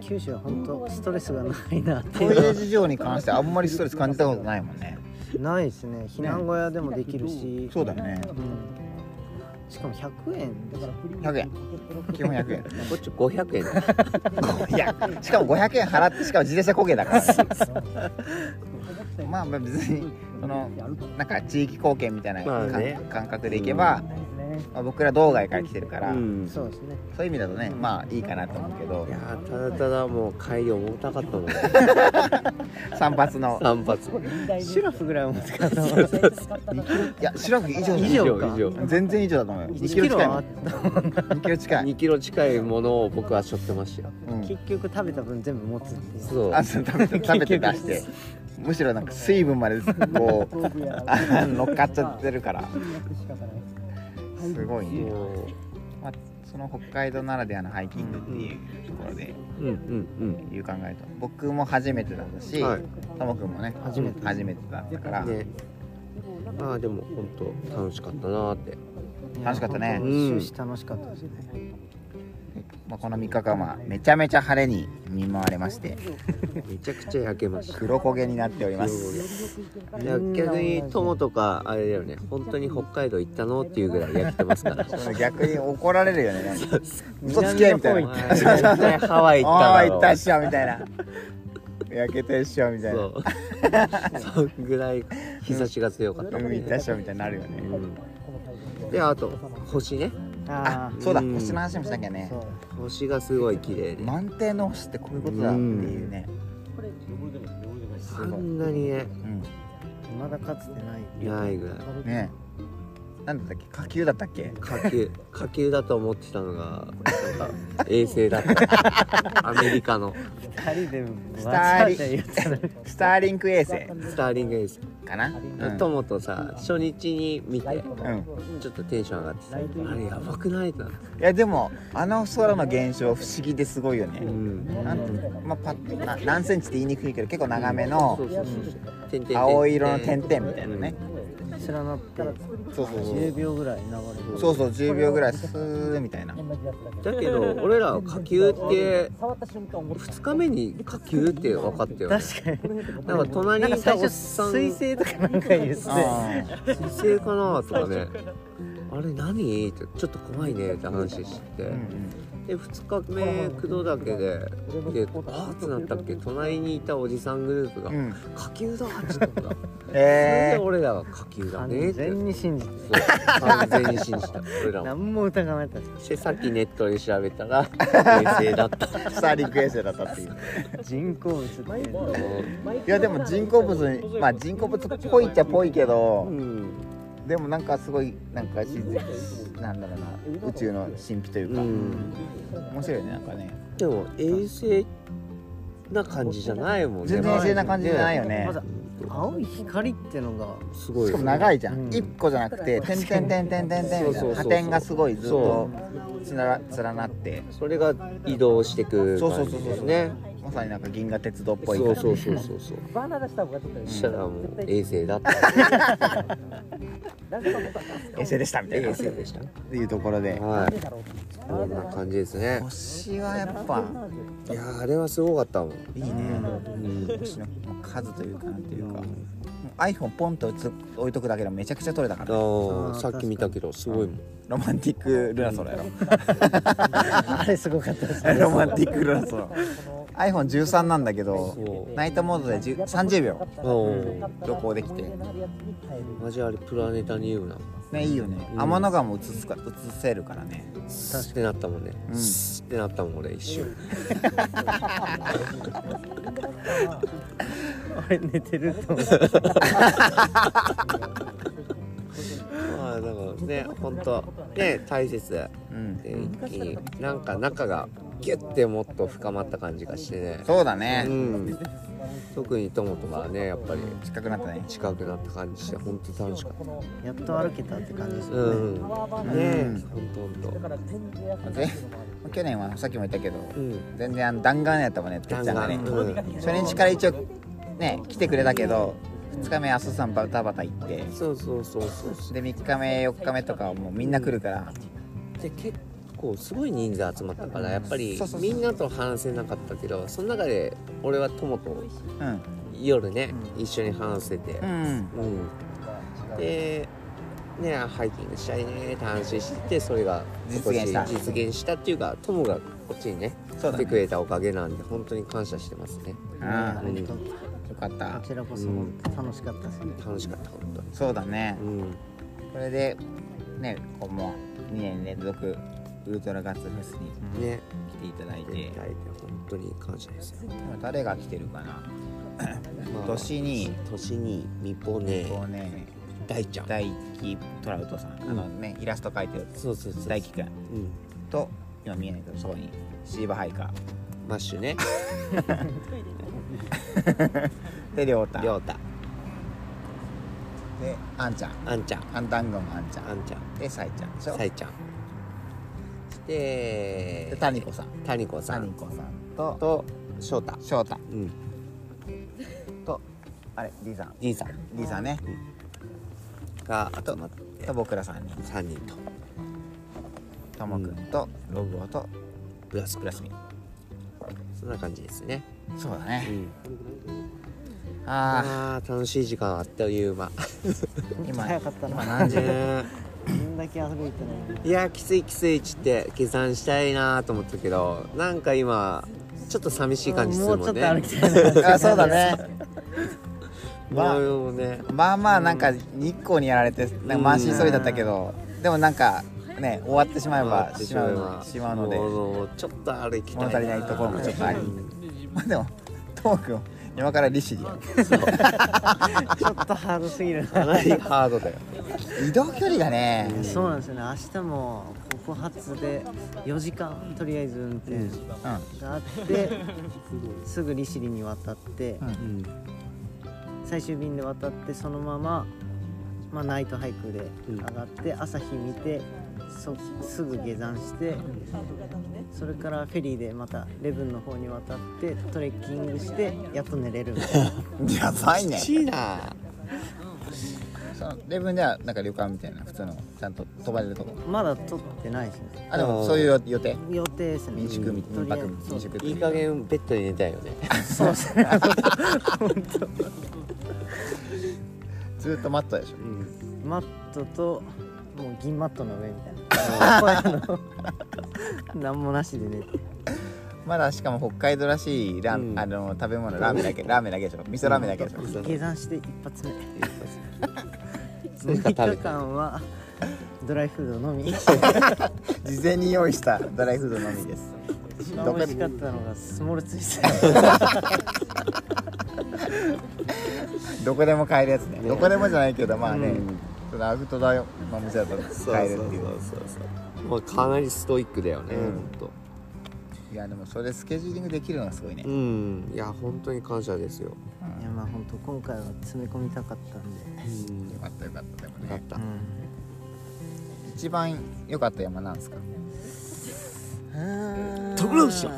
ー九州は本当ストレスがないなって
ト
い
イ
う
レ事情に関してあんまりストレス感じたことないもんね
ないですね避難小屋でもできるし、
そうだよね
うんしかも100円ですよ
100円基本100円
こっち500円だ
いやしかも500円払ってしかも自転車焦げだからねまあまあ別にそのなんか地域貢献みたいな
まあ
感,、
ね
感覚でいけば、まあ僕ら道外から来てるから、
うん
そうですね
そういう意味だとねまあいいかなと思うけど
いやーただただもう帰り重たかったもんね
散髪の
散髪
シュラフぐらいは持ってかった
いや白く以上じゃない
以上か
以上
全然以上だと思うよ2キロ近いもん2キロ近い、
2キロ近いものを僕は背負ってましたよ
うん、
結局食べた分全部持つっていう
そう
あそう食べて食べて出してむしろなんか水分までこうあ乗っかっちゃってるからすごいね
も
まあ、その北海道ならではのハイキングっていうところで
ううんうん
いう考えと僕も初めてだった
う
し、
んはい
ともくんもね初めてだったから、
ねまあでも本当楽しかったなーって
楽しかったね
いや
うん
終始楽しかったですね
まあ、この3日間はめちゃめちゃ晴れに見舞われまして
めちゃくちゃ焼けました
黒焦げになっております
いや逆に友とかあれだよね本当に北海道行ったのっていうぐらい焼けてますから
それ逆に怒られるよねなんか嘘つ
南
けみ
の
た
方
いな
お
行っ
前絶対ハワイ行った
あ
だ
あ
ろ
行ったっしょみたいな焼けてっしょみたいな
そうそんぐらい日差しが強かった、
うん行ったっしょみたいになるよね
うんであと星ね
あ
あ
ー
そうだ
うん
星の話もしなきゃね
そう
星がすごい綺麗で
満点の星ってこういうことだっていうね、
あんなにね
うん
まだかつてない
ないぐらい
ねなんだったっけ火球だったっけ
火球火球だと思ってたのがなんか衛星だった アメリカの
二人でわちゃわちゃ言ってる
スターリンク衛星
スターリング衛星
かな、うん
友とさ初日に見て
うん
ちょっとテンション上がってたあれやばくないってなって
いやでもあの空の現象不思議ですごいよね、
うん
なんまあ、パッな何センチって言いにくいけど結構長めの
そうそうそう点々
青色の点々みたいなね、
連なって
そうそう
10秒ぐらい流れる
そうそう10秒ぐらいスーみたいな
だけど俺らは火球って2日目に火球って分かったよね
確かに
なんか隣
なん
に
か
い
最
たお
初
っさん
水星とかなんか言って
あ
水星かなとかねあれ何ってちょっと怖いねって話して、
ー、うん
で2日目九度だけでであーってなったっけ隣にいたおじさんグループが
うんうん、
「火球だ!」って言ったからそれ
え
で俺らが火球だねっ
完
て
全に信じて
そう完全に信じた俺らも
何も疑わなかっ
でさっきネットで調べたら衛星だった
ー、スターリンク衛星だったっていう
た人工物って
いやでも人工物にまあ人工物っぽいっちゃぽいけ
う
ど
ん
でもなんかすごいなんか自然なんだろうな宇宙の神秘という
う
か、
ん
面白いねなんかね
でも衛星な感じじゃないもんね
全然冷静な感じじゃないよね
まだ青い光ってのが
すごい
しかも長いじゃん、一個じゃなくて点々点々点々点みたいな破点がすごいずっとつな連なって
それが移動してく
そうそう
感じ
そう
です
そう
ね
まさになんか銀河鉄道っぽい
そ
感
う
じ
そうそうそうそう
バナナした方がちょっといい
そしたらもう衛星だった
衛星でしたみたい
衛
なっ
星でして
いうところで
たはいこんな感じですね
星はやっぱ
いやーあれはすごかったもん
いいね、星の数というかなんていうか、もう iPhone ポンとつ置いとくだけでもめちゃくちゃ撮れたからね
ああさっき見たけどすごいもん
ロマンティックルナソロ やろ
あれすごかったです
ロマンティックルナソロ iPhone13 なんだけどナイトモードで10 30秒
あ
旅行できて
あマジあれプラネタニウムな
ねいいよね天の川も映すか映せるからね
スってなったもんね、
うん
スってなったもん俺一瞬
あれ寝てると思う
まあだからね本当ね大切
うん
で一気になんか仲がギュッてもっと深まった感じがしてね
そうだね、
うん特に友とはねやっぱり
近くなったね
近くなった感じして本当楽しかった
やっと歩けたって感じですね、
うんね
うん
本当本
で去年はさっきも言ったけど
当うん
全然あの弾丸やったもんねてっちゃんがね、
うん
初日から一応ね来てくれたけど2日目阿蘇山バタバタ行って
そうそうそうそうそ
で3日目4日目とかはもうみんな来るから
うで結構すごい人数集まったからやっぱり
そうそうそう
みんなと話せなかったけどその中で俺は友と
うん
夜ね一緒に話せて
うん
うん、で、ね、ハイキングしたいねって話しててそれが
実現した
今年実現したっていうか友がこっちにね
そうだ
来て
ね
くれたおかげなんで本当に感謝してますね
あ
ね本
あよかっ
当こ
た
ちらこそ本当楽しかったですね、
楽しかった本当に
そうだね
うん
これでねこうもう2年連続ウルトラガッツフェスに
ね
来ていただい
出会え
て
て本当に感謝ですよ、
誰が来てるかな
まあ
年に
年に日本ね
こうね
大ちゃん
大輝トラウトさんあのねイラスト描いてる
そうそうそう
大輝くん
うん
と今見えないけどそこにシーバハイカー
マッシュね
で亮太
りょうた
であんちゃん
あんちゃん
アンダンゴンあんちゃ
あ
ん
んちゃん
でさいちゃんでしょ
さいちゃんそして
で谷子さん
谷子さ
谷
ん
子さんと
と翔太
翔太
うん
とあれ D さん
D さん
D さんね
が集まって
と僕らさんに
3人と
ともくんとロブオと
ブラスク
ブ
ラ
ラ
ス
スミ
そんな感じですね、
そうだ
う
ね
ん、
あ
あー楽しい時間あっという間
ー今
早かった
今
な
何時
ねえ
こんだけ遊び行ったの に
いやきついきついっちって下山したいなと思ったけどなんか今ちょっと寂しい感じす
も
る
うち
もん
ょっと
ね
歩きたい な
あそうだね まあ
もうね
まあまあなんか日光にやられてなんか満身創痍だったけどでもなんかね終わってしまえばしまうしまうので
もうちょっと歩きたい
物足りないところもちょっとありまあでもともくん今から利尻や
ちょっとハードすぎる
か
な
なりハードだよ
移動距離がね
そうなんですよね明日もここ発で4時間とりあえず運転が あって、すぐ利尻に渡って、
うん
最終便で渡ってそのまま、まあ、ナイトハイクで
うん
上がって、朝日見てそすぐ下山して、それからフェリーでまたレブンの方に渡ってトレッキングしてやっと寝 れるみたいな
うんやば いね
チーナ
そのレブンではなんか旅館みたいな普通のちゃんと泊まれるとこ
まだ撮ってないですね
あでもそういう予定
予定ですね
民宿み
と
民
りあえ
泊
ず
民宿
いい加減ベッドに寝たいよね
そうですね
ずっとマットでしょ
マットともう銀マットの上みたいなこれあの何もなしで寝て
まだしかも北海道らしいラーメン
うん
あの食べ物ラーメンだけラーメンだけでしょ味噌ラーメンだけでしょ
下山して一発目
それか食
6
べ
日
た
間はドライフードのみ
事前に用意したドライフードのみです
一番美味しかったのがスモールツイスタ
どこでも買えるやつねどこでもじゃないけどまあねそのアウトドア用の店だと
そう
買え
そう
るっていう
そうそうそうまあかなりストイックだよね、
うん
ほんと
いいやでもそれスケジューリングできるのがすごいね
うんいや本当に感謝ですよ
いやまあ本当今回は詰め込みたかったんで、
うんよ
よかったよかったでも
かっ
ね
た
う
一番良かった山なんですか
ん、
トグローション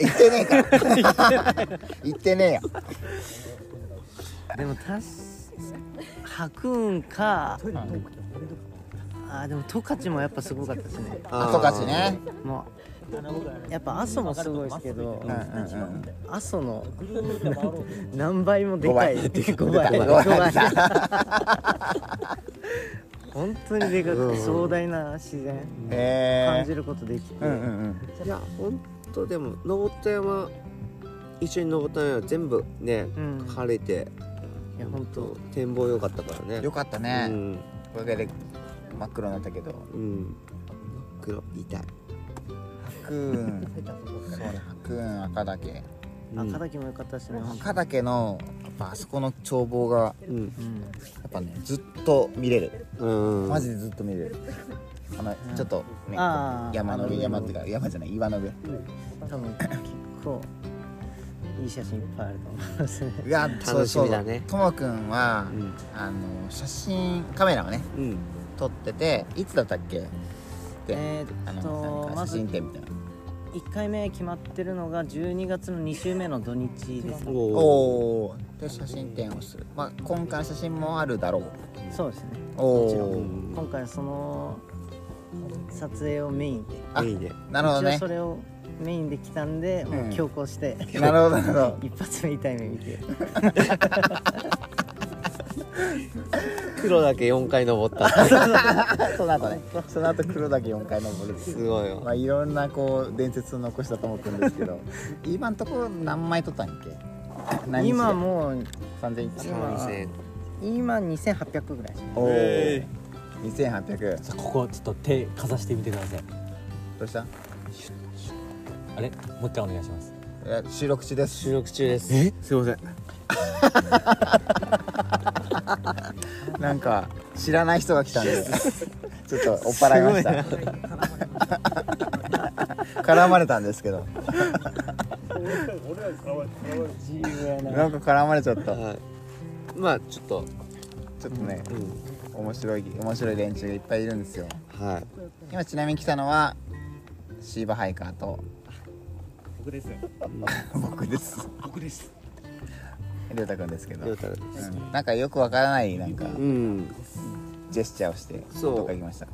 行ってねえから 行ってねえよ
でもたし白雲かあーでも十勝もやっぱすごかったですね
あー
後勝ちね
もうやっぱ阿蘇もすごいですけど
うんうんうん
阿蘇の 何倍もでかい5倍
五倍
5倍本当にでかくて壮大な自然感
へ
じることできて、
えうんうんうん
いや本当でも登った山一緒に登った山全部ね
うん
晴れて
いや本当
展望良かったからね
よかった
う
ね
ん
おかげで真っ黒になったけど
うん黒痛い
白雲そうだ白雲赤岳
赤岳も良かったですね、本当
赤岳のやっぱあそこの眺望が
うん
うん
やっぱねずっと見れる
うん
マジでずっと見れるあのちょっとね
あー
山の上山っていうか山じゃない岩の上
多分結構いい写真いっぱいあると思いますね
うわ
楽しみだね
そうそうともくんは、
うん
あの写真カメラをね
うん
撮ってていつだったっけで、
え
あ
ーっ
の
と
なんか
ま
写
ず
真展みたいな、
1回目決まってるのが12月の2週目の土日ですね
お
おお
おーで写真展をするまあ今回の写真もあるだろう
そうですね
おお
今回はその撮影をメインで
いいね
なるほど
一応
ね
それをメインで来たんで、もう強行して
なるほどなるほど
一発目痛い目見て
黒だけ四回登った
その後ねその後黒岳4回登るっていう
すごいよ
まあいろんなこう伝説を残したともくんですけ ど今んところ何枚撮ったんやっけ何日で
今もう
3001
三千
今2800ぐらい
おー2800
さあここちょっと手かざしてみてください
どうした
あれもう一回お願いします
え収録中です
収録中です
えすいません
なんか知らない人が来たん でちょっと追っ払いました絡まれたんですけどなんか絡まれちゃったちょ
はいまあちょっと
っとね
うん
面白い面白い連中がいっぱいいるんですよ
はい
今ちなみに来たのはシーバハイカーと 僕です僕です僕ですりょうたくんですけど、
よかった
うんなんかよくわからないなんか
うん
ジェスチャーをして
そう
どっか行きました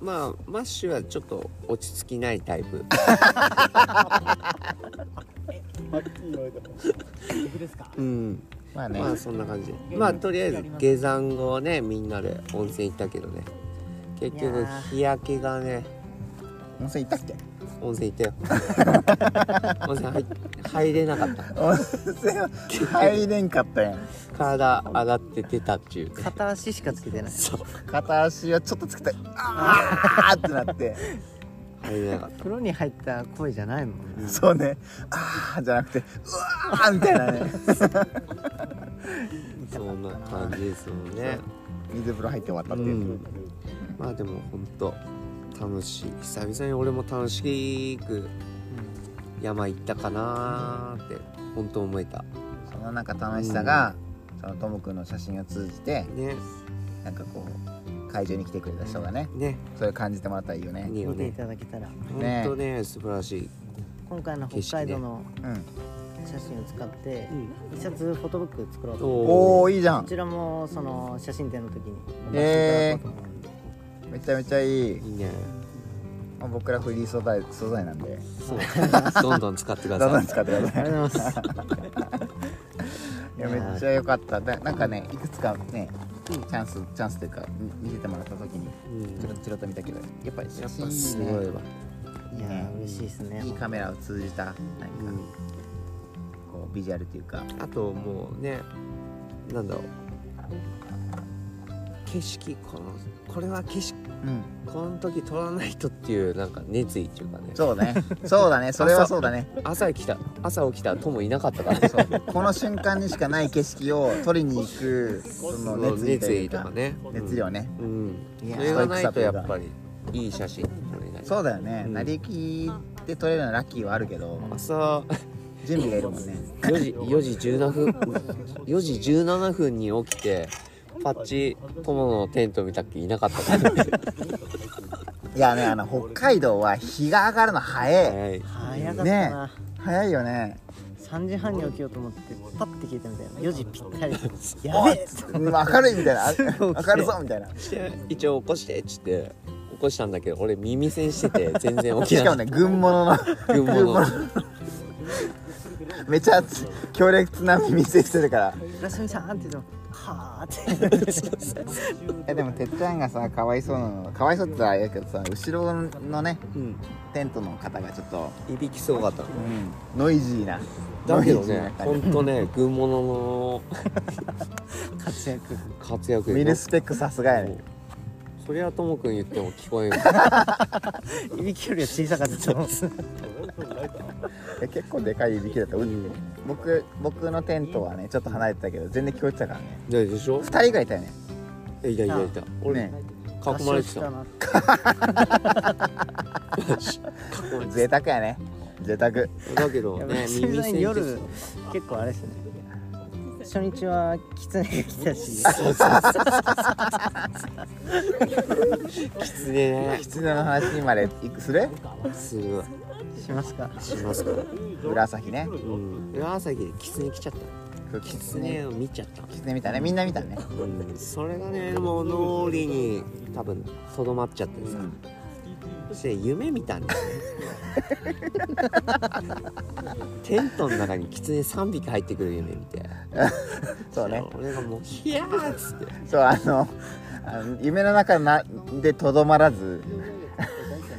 まあマッシュはちょっと落ち着きないタイプうん
まあね、
まあそんな感じまあとりあえず下山後ねみんなで温泉行ったけどね結
い
局
やー
日焼けがね
温泉行ったっけ
温泉 行ったよ温泉入っ入れなかった
温泉入れんかったやん
体上がって出たっていうね
片足しかつけてない
片足をちょっとつけてあーってなって
入れなかっ
風呂に入った声じゃないもんね
そうねあーじゃなくてうわーみたいなね
たそんな感じですもんね
水風呂入って終わったって
う
いう、
んまあでもほんと楽しい久々に俺も楽しく山行ったかなーって本当思えた
そのなんか楽しさが、そのトム君の写真を通じて
ね
なんかこう会場に来てくれた人がね
ね
それを感じてもらったらいいよね
いいよ
見てい
ね
ただけたら
ほんとね素晴らしい
今回の北海道の
うん
写真を使って
ん
一冊フォトブック作ろうと
お
お
おいいじゃ
こ
ん
ちらもその写真展の時に
へ
出していただこうと思うんで
めちゃめちゃいい
いいね
まあ僕らフリー素材素材なんで
そうどんどん使ってくだ
どんど
さ
ん
い
使ってください
ありがとうございます
いやめっちゃ良かっただなんかねいくつかねチャンスチャンスというかみ見せてもらった時に
うん
ちょろちょろっと見たけどやっぱり
や
写真
っぱすご
いい
い
ね
わ
いやー嬉しいですね
いいカメラを通じたなんか
うん
こうビジュアルというか
あともうねなんだろう景色このこれは景色
うん
この時撮らないとっていうなんか熱意っていうかね
そうねそうだねそれはそうだね
朝来た朝起きたともいなかったから そ
この瞬間にしかない景色を撮りに行くその
の
熱意と
熱
い
意
う
とか
か
ね
熱量ね
うん、うん、
いや
それがないとやっぱりいい写真になれない
そうだよね
うん
成り行きって取れるのはラッキーはあるけど
朝
準備がいるもんね
4時4時17分4時17分に起きてパッチ友のテント見たっけいなかったから
いやねあの北海道は日が上がるの早い
はい
早かったな、
早いよね
3時半に起きようと思ってパッて聞いたみたいな4時ぴったり やべえ
うん明るいみたいなあ明るそうみたいな
で一応起こしてっつって起こしたんだけど俺耳栓してて全然起き
し
な
か
い
もね軍物の
群馬の
めちゃ強烈な耳栓してるから
「村上さん」って言うと「はあ」って
えでもてっちゃんがさかわいそうなのかわいそうって言ったらあれやけどさ後ろのね、
うん
テントの方がちょっと、
いびきすごかった
ノイジーな
だけど
ノイジーな
ね
感
ほ
じ
んとね群馬の
活躍
活躍
ミルスペックさすがやね
そりゃともくん言っても聞こえん
いびきよりは小さかったと思う
え結構でかいいびきだった、う僕僕のテントはねちょっと離れてたけど全然聞こえてたからね
ででしょ
2人がいたよね
えいたいたいた俺
ね
囲まれてた
な
贅沢やね贅沢
だけど
いや
ね耳栓っ
村上さん
て
夜結構あれですね初日はキツネが来たし
きつねね
狐の話にまで いくする
すごい
しますか
しますから
紫ね
うん岩崎でキツネ来ちゃったキツネを見ちゃった
狐見たねみんな見たね
うんそれがねもう脳裏に多分とどまっちゃってさ、そして夢見 たんだよねテントの中にキツネ3匹入ってくる夢見て
そうね
俺がもう「ヒヤー!」っつって
そうあのあの夢の中なでとどまらず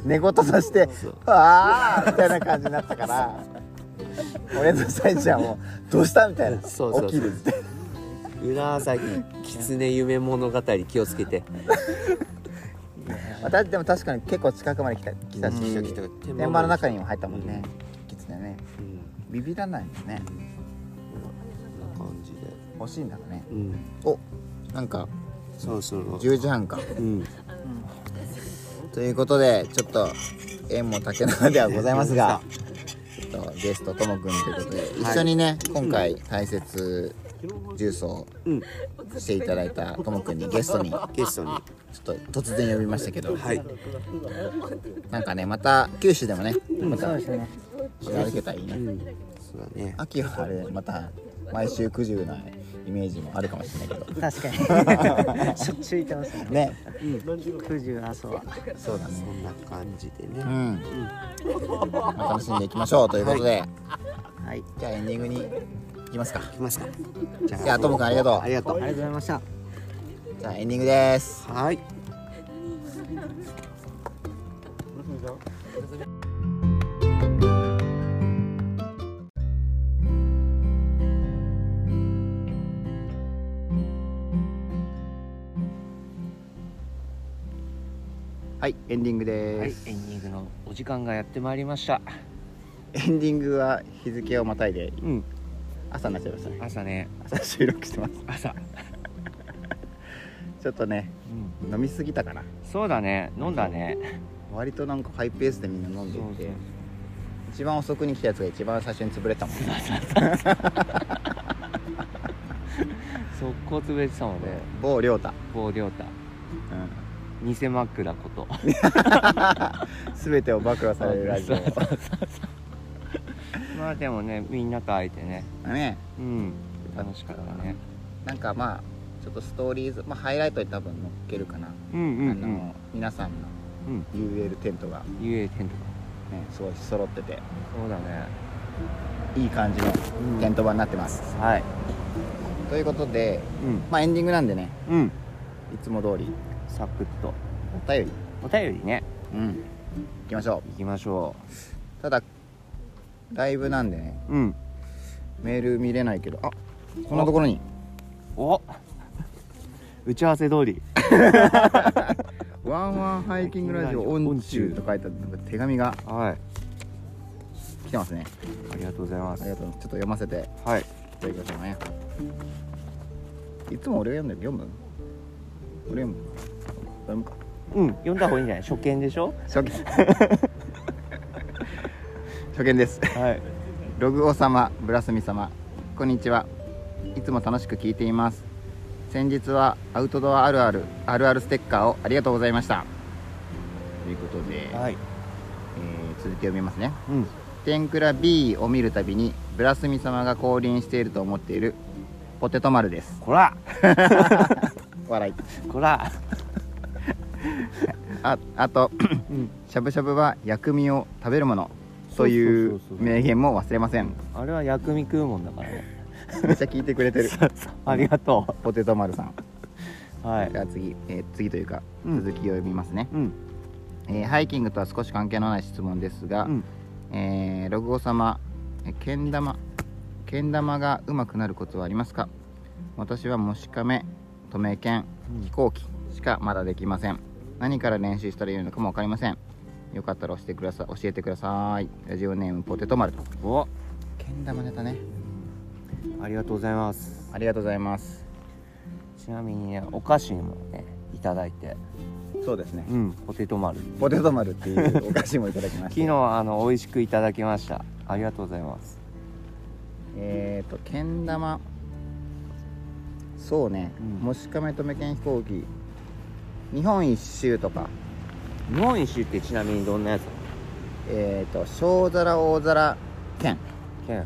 寝言として「ああ」みたいな感じになったから俺とサイちゃんも「どうした?」みたいな「
そうそうそう
起きる」って
浦崎キツネ夢物語気をつけて
私でも確かに結構近くまで来た来たし
来た来た
天満の中にも入ったもんねきつねね
うん
ビビらないもんね
こんな感じで
欲しいんだろうね
うん
なんか
そうそう
10時半か
うん
ということでちょっと縁も竹縄ではございますがちょっとゲストともくんということで一緒にね、今回大切重曹
うん
していただいたともくんにゲストにちょ
ゲストに
っと突然呼びましたけど、
はい
なんかねまた九州でもねまた
そうですね
歩けたらいいね、
うんそうだね
秋はあれまた
毎週9時なイメージもあるかもしれないけど
確かに しょっちゅう行ってますね
ね
九十阿蘇は
そうだね
そんな感じで
う
ね
ん、楽しんでいきましょうということで、
はい
じゃあエンディングにいきますか
いきますかじ
じゃあともくんありがとう
ありがと
あ
う
りがとうございました
じゃあエンディングです
はい
はい、エンディングです、
エンディングのお時間がやってまいりました
エンディングは日付をまたいで、
ん
朝になっちゃいましたね
朝ね
朝収録してます
朝
ちょっとね、飲みすぎたかな
そうだね飲んだね
割となんかハイペースでみんな飲んでいて一番遅くに来たやつが一番最初に潰れたもん ね
速攻潰れてたもんね
某亮太、
棒亮太偽枕こと
うん、全てを暴露されるラジ
そうそ
オ
まあでもねみんなと会えてね
ね
うん楽しかったね
なんかまあちょっとストーリーズ、まあ、ハイライトに多分載っけるかな、
うんう
あ
ん
の皆さんの
うん
UL テントが、ね、
うん遊泳テントか
すごい揃ってて
そうだね
いい感じのテント場になってます、
はい
ということで、
うん
まあ、エンディングなんでね
うん
いつも通り
サクッと
お便り
お便りね
うん行きましょ
行きましょ
うただライブなんでね
ううん
メール見れないけどあこんなところに
お打ち合わせ通り
「ワンワンハイキングラジオオンチュー」と書いてあった手紙が
はい
来てますね
ありがとうございま
あ
す
りがとうちょっと読ませて
はい
いただきましょうねいつも俺が読んでる読む俺読む読むか
うん読んだ方がいいんじゃない初見でしょ
初見初見です
はい
ログオ様、ブラスミ様、こんにちは。いつも楽しく聞いています。先日はアウトドアあるある、あるあるステッカーをありがとうございました。ということで、
はい
えー続きを読みますね。
うん
天クラ B を見るたびに、ブラスミ様が降臨していると思っているポテト丸です。
こら
笑い。
こら
ああと、しゃぶしゃぶは薬味を食べるものという名言も忘れません。
あれは薬味食うもんだからね
めっちゃ聞いてくれてる、
ありがと
ポテト丸さん。
うはい
じゃあ次、えー次というか続きを読みますね、
うん
えーハイキングとは少し関係のない質問ですが、
うん
えーログオ様えーけん玉けん玉がうまくなるコツはありますか私はもしかめ止め剣飛行機しかまだできません何から練習したらいいのかも分かりませんよかったら教えてくださ教えてくださいラジオネームポテト丸
お
けん玉ネタね
ありがとうございます
ありがとうございます
ちなみにねお菓子もねいただいて
そうですね
うんポテト丸
ポテト丸っていうお菓子もいただきました
昨日あの美味しくいただきましたありがとうございます
えー、とけん玉そうね、
うん
もしかめとめけん飛行機日本一周とか
日本一周ってちなみにどんなやつなの
えー、と小皿大皿剣っ
県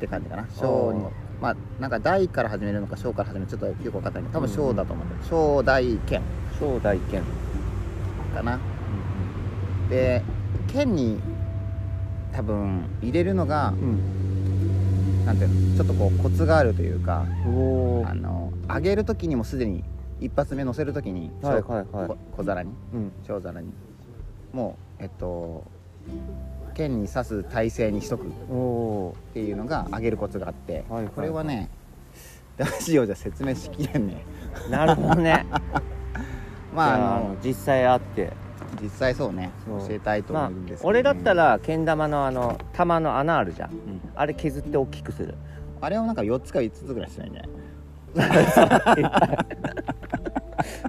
て感じかな小に
おー
まあなんか大から始めるのか小から始めるのかちょっとよく分かったけど多分小だと思う、小大剣
小大県
かな、で剣に多分入れるのが、
ん
なんていうのちょっとこうコツがあるというか
おお
あの上げる時にもすでに一発目乗せる時に、
はいはいはい
こ小皿に
うん
小皿にもうえっと剣に刺す体勢にしとくっ
おお
ていうのが上げるコツがあって、
はいはい
これはねラジオじゃ説明しきれんね
ーなるほど ね
まあ
じゃ
あ
ああ
の
の実際会って
実際そうね
そう
教えたいと思
ま
う
あ
んですけど、ね
俺だったらけん玉のあの玉の穴あるじゃん、あれ削って大きくする
あれをなんか4つか5つぐらいしないね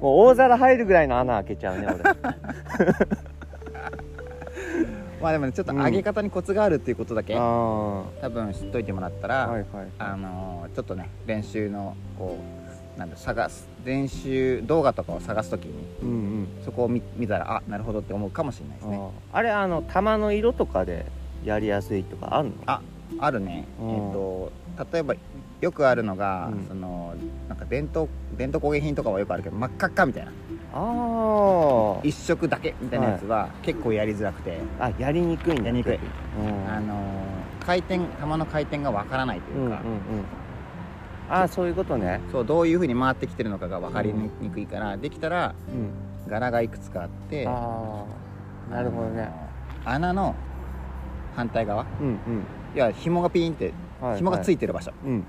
もう大皿入るぐらいの穴開けちゃうね 俺
まあでもねちょっと上げ方にコツがあるっていうことだけ、
ああは
多分知っといてもらったら、
いはい
あのちょっとね練習のこうなんだ探す練習動画とかを探すときに
うんうん
そこを見見たらあなるほどって思うかもしれないですね
あれあの玉の色とかでやりやすいとかあるの
ああるね、
うん
えっと例えばよくあるのが、
うん
そのなんか伝統伝統工芸品とかはよくあるけど真っ赤っかみたいな
あ
一色だけみたいなやつは結構やりづらくて、
ああやりにくいんだ
やりにくい、
うん、
あの回転球の回転がわからないと
うんう
い
んう
うんか、
あそういうことね
そうどういうふうに回ってきてるのかが分かりにくいから、できたら
うん
柄がいくつかあって
ああなるほどね
穴の反対側
うんうん
いや紐がピーンって
は
紐がつい
て
てる場所、
うん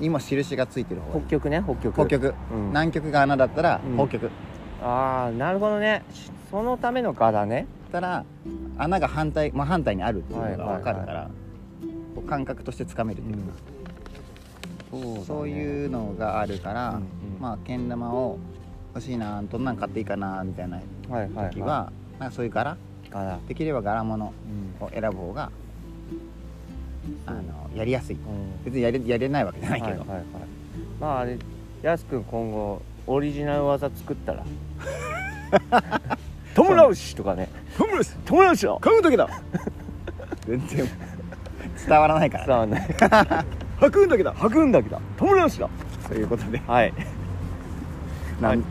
にも印がついてる方
北極ね北極
北極
うん
南極が穴だったら
うん
北極、
ああなるほどねしそのための柄ね
たら穴が反対真反対にあるっていうのが分かるから、
はい
こう感覚としてつかめるというか、
そう
そういうのがあるから、まあけん玉を欲しいなどんなん買っていいかなみたいな
あはいはい
時は、なんかそういう柄
い柄
できれば柄物
うん
を選ぶ方があのやりやすい別にやれやれないわけじゃないけど、
はいはいはいまああれやすくん今後オリジナル技作ったら トムラウシとかね
トムラウシ
トムラウシだ
買う時だ
全然伝わらないから、ね、
さあ ね
吐くんだけだ
吐くんだけどトムラウシだ
ということで
はい
な
はい
ん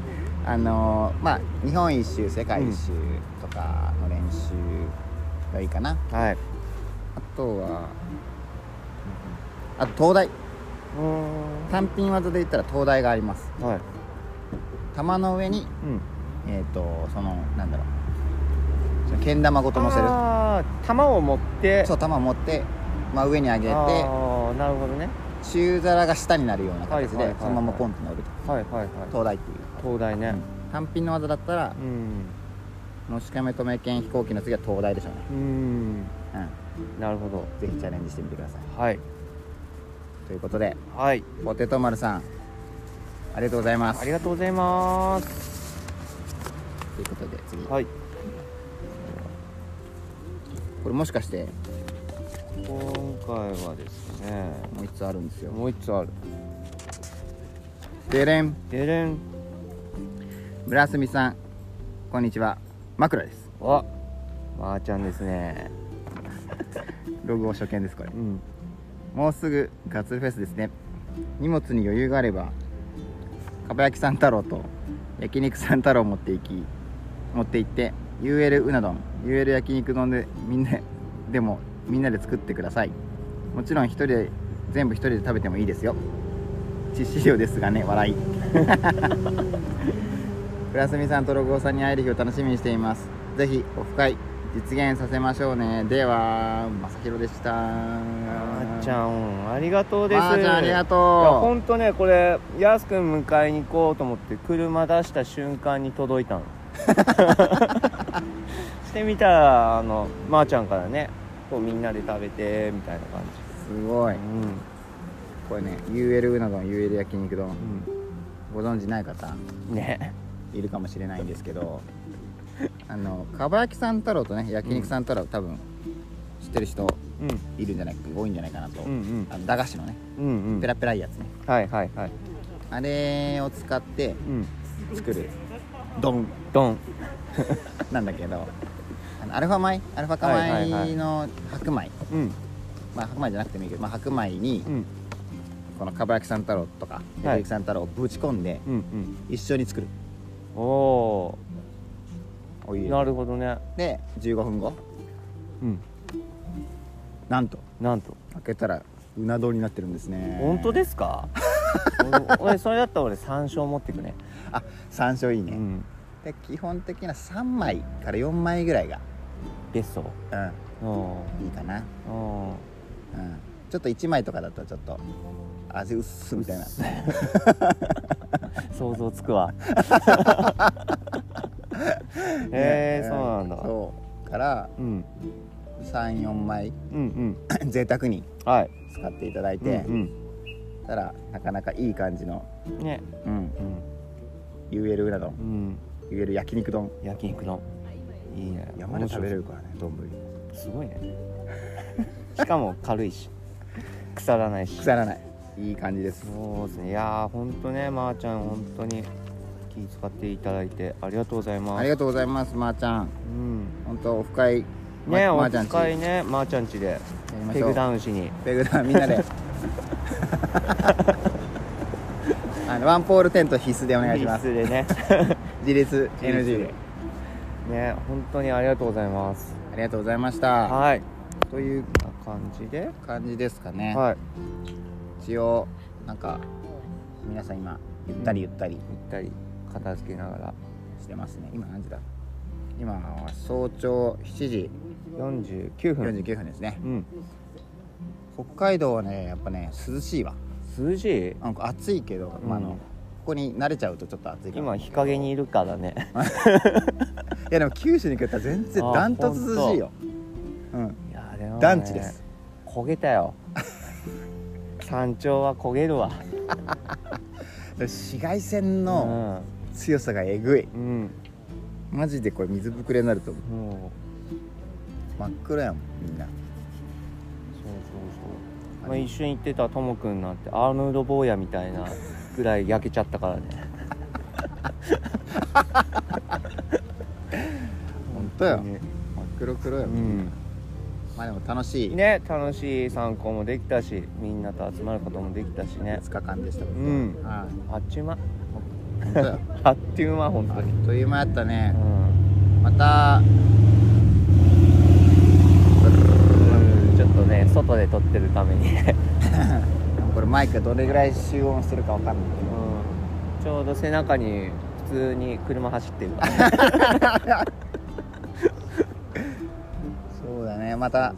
あのーまあ日本一周世界一周とかの練習がいいかな、
はい
あとはあと東大
うーん
単品技で言ったら東大があります
はい
玉の上に
うん
えっ、とそのなんだろうそのけん玉ごと乗せる
ああ玉を持って
そう玉持って、まあ、上に上げて
ああなるほどね
中皿が下になるような形で、
はいはいはいはい
そのままポンと乗ると
はいはいはい
東大っていう
東大ね
単品の技だったら
うん
のしかめとめけん飛行機の次は東大でしょうね
うんなるほど
ぜひチャレンジしてみてください
はい
ということで
はい
ポテト丸さんありがとうございます
ありがとうございます
ということで次、
はい
これもしかして
今回はですね
もう一つあるんですよ
もう一つある
デレン
デレン
村住さんこんにちは枕です
はまー、ちゃんですね
ログを初見ですこれ
うん
もうすぐガツフェスですね荷物に余裕があればかば焼きさん太郎と焼肉さん太郎を持っていき持って行って UL うな丼 UL 焼肉丼でみんなでもみんなで作ってくださいもちろん一人で全部一人で食べてもいいですよ致死量ですがね笑い プラスミさんとロゴーさんに会える日を楽しみにしていますぜひオフ会実現させましょうねではまさひろでした
まー、ちゃんありがとうです
まーちゃんありが
いやほ
と
んとねこれやすくん迎えに行こうと思って車出した瞬間に届いたの してみたらあのまー、ちゃんからねこうみんなで食べてみたいな感
うすごい
じうん
これね UL うな丼 UL 焼肉丼、ご存知ない方
ね
いるかもしれないんですけ どあのかば焼きさん太郎とね焼肉さん太郎、多分知ってる人
うん
いるんじゃない多いんじゃないかなと、
うん
あの駄菓子のね
うんうんう
ペ
ん
ラペラいやつね
はいはいはい
あれを使って
うん
作る丼
ドン
なんだけどあのアルファ米アルファ化
はいはいは
米
い
の白米
うん
まあ白米じゃなくてもいいけど、まあ、白米に
うん
このかば焼きさん太郎とか
い
焼肉さん太郎をぶち込んで
うん
一緒に作る
うんお
お
ー
湯
なるほどね
で15分後
うん
なんと
なんと
開けたらうな丼になってるんですね
本当ですかお俺それだったら俺山椒持ってくね
山椒いいね、
うん
で基本的な3枚から4枚ぐらいが、
ベストうん
いいかな、
う
う
ん
ん、ちょっと1枚とかだとちょっと味薄っみたいな
想像つく わへえ
ね
そうなんだ
そうから
うん
34枚
うんうん
贅沢に
はい
使っていただいて、
うん
たらなかなかいい感じの、
うんね
うん、
うん
UL うな丼
うん
UL 焼肉丼
焼肉のいいね
山で食べれるからね丼
面白いすごいねしかも軽いし腐らないし
腐らないいい感じです
そうですねいやーほんとねまー、ちゃん本当に気使っていただいてありがとうございます
ありがとうございますまー、ちゃん
うん
本当オフ会ま
ね
ま
お
ーちゃんち
使いねまー、ちゃんちで
やりま
ペ
しょ
グ
う
ダウンしに
ペグダウンみん なであのワンポールテント必須でお願いします
必須 でね
自立 NG で
ね本当にありがとうございます
ありがとうございました
はい
という
こんな感じで
感じですかね、
はい
一応なんか皆さん今ゆったりゆったり
行ったり片付けながら
してますね今何時だ今は早朝7時
49分
49分ですね
うん
北海道はねやっぱね涼しいわ
涼しい
なんか暑いけど、まあ、あの
うん
ここに慣れちゃうとちょっと暑いけど
今
い
日陰にいるから ね
やでも九州に来たら全然
あ
ダントツ涼しいようん
いやーでもね
団地です
焦げ たよ山頂は焦げるわ
紫外線
う
の
ん
強さがえぐい
うん
マジでこれ水ぶくれになると思
もう
う真っ暗やもんみんな
そうそうそう、まあ、一緒に行ってたともくんなんてアーノルド坊やみたいなぐらい焼けちゃったからね
本当よ
ね
真っ黒黒や
う
もん
ん
まあでも楽しい
ね楽しい参考もできたしみんなと集まることもできたしね
2日間でしたも
うんん
はい
あっちゅう間
本当よ
あっちゅう間本
あ
当に
っという間やった
う
ね
ん
また
ちょっとね外で撮ってるために ね、
これマイクどれぐらい集音してるかわかんないけ
うん、ちょうど背中に普通に車走ってるからね
どそうだねまた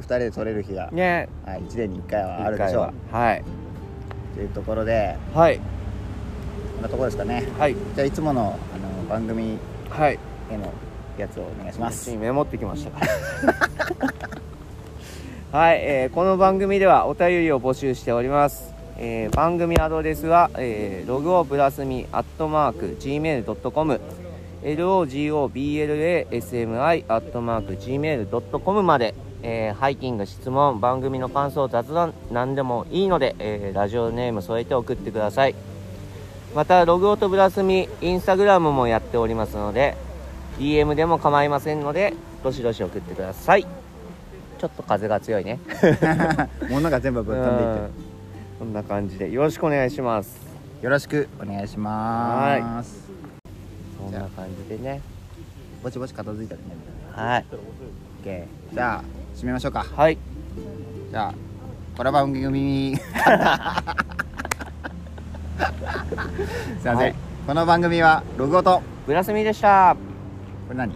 2人で撮れる日が、
ね
はい、1年に1回は あるでしょ
うはいう
というところで
はい
こんなところですかね
はい
じゃあいつものあの番組
はい
へのやつをお願いし
こ
ま
っち
す
にメモってきました はい、えーこの番組ではお便りを募集しております、えー番組アドレスは、えーログをプラスミアットマーク Gmail.com
logoblasmi.gmail.com まで、えーハイキング質問番組の感想雑談何でもいいので、えーラジオネーム添えて送ってくださいまたログオとブラスミインスタグラムもやっておりますので DM でも構いませんのでどしどし送ってくださいちょっと風が強いね
物が全部ぶっ飛んでいってる
こんな感じでよろしくお願いします
よろしくお願いします
そんな感じでね
ぼちぼち片付いたらね
はい
OK じゃあ締めましょうか
はい
じゃあコラボ番 組すいません、
はい
この番組はログオと
ブラスミでした
これ何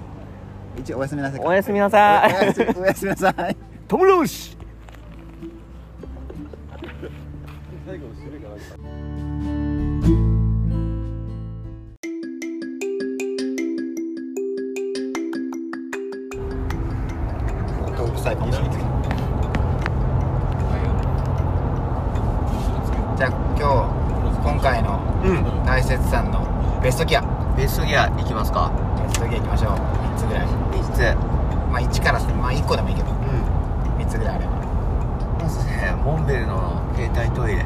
一応おやすみなさいか
おやすみなさ
おや
い
すおやすみなさい
トムローシ
遠くさいかもしれないけどじゃあ今日今回の大雪さんのベストギア
ベストギアいきますか
ベストギアいきましょう3つぐらい
3つ
まあ1からまあ1個でもいいけど
うん
3つぐらいあれば
まずねモンベルの携帯トイレ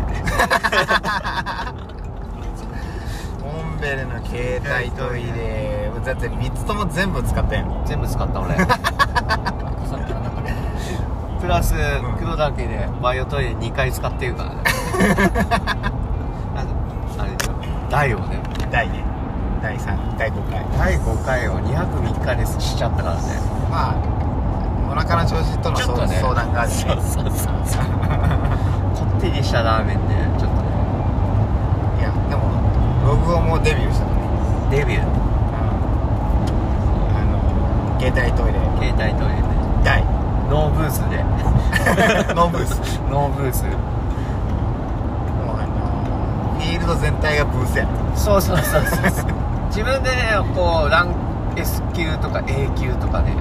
モンベルの携帯トイレだって3つとも全部使ったやん
全部使った俺 プラス黒だけでバイオトイレ2回使ってる からねああれだよ台をね
第ね第3第5回
第5回を2泊3日でしちゃったからね
まあお腹の調子との
ちょっと
相
ね
相談があってね
そうそうそうこってりしたラーメンでちょっとね
いやでもログオもデビューしたのね
デビュー
あの携帯トイレ
携帯トイレで
第
ノーブース で
ノーブース
ノーブース
もうあのフィールド全体がブースや
そうそうそうそうそう自分でねこうラン S 級とか A 級とかね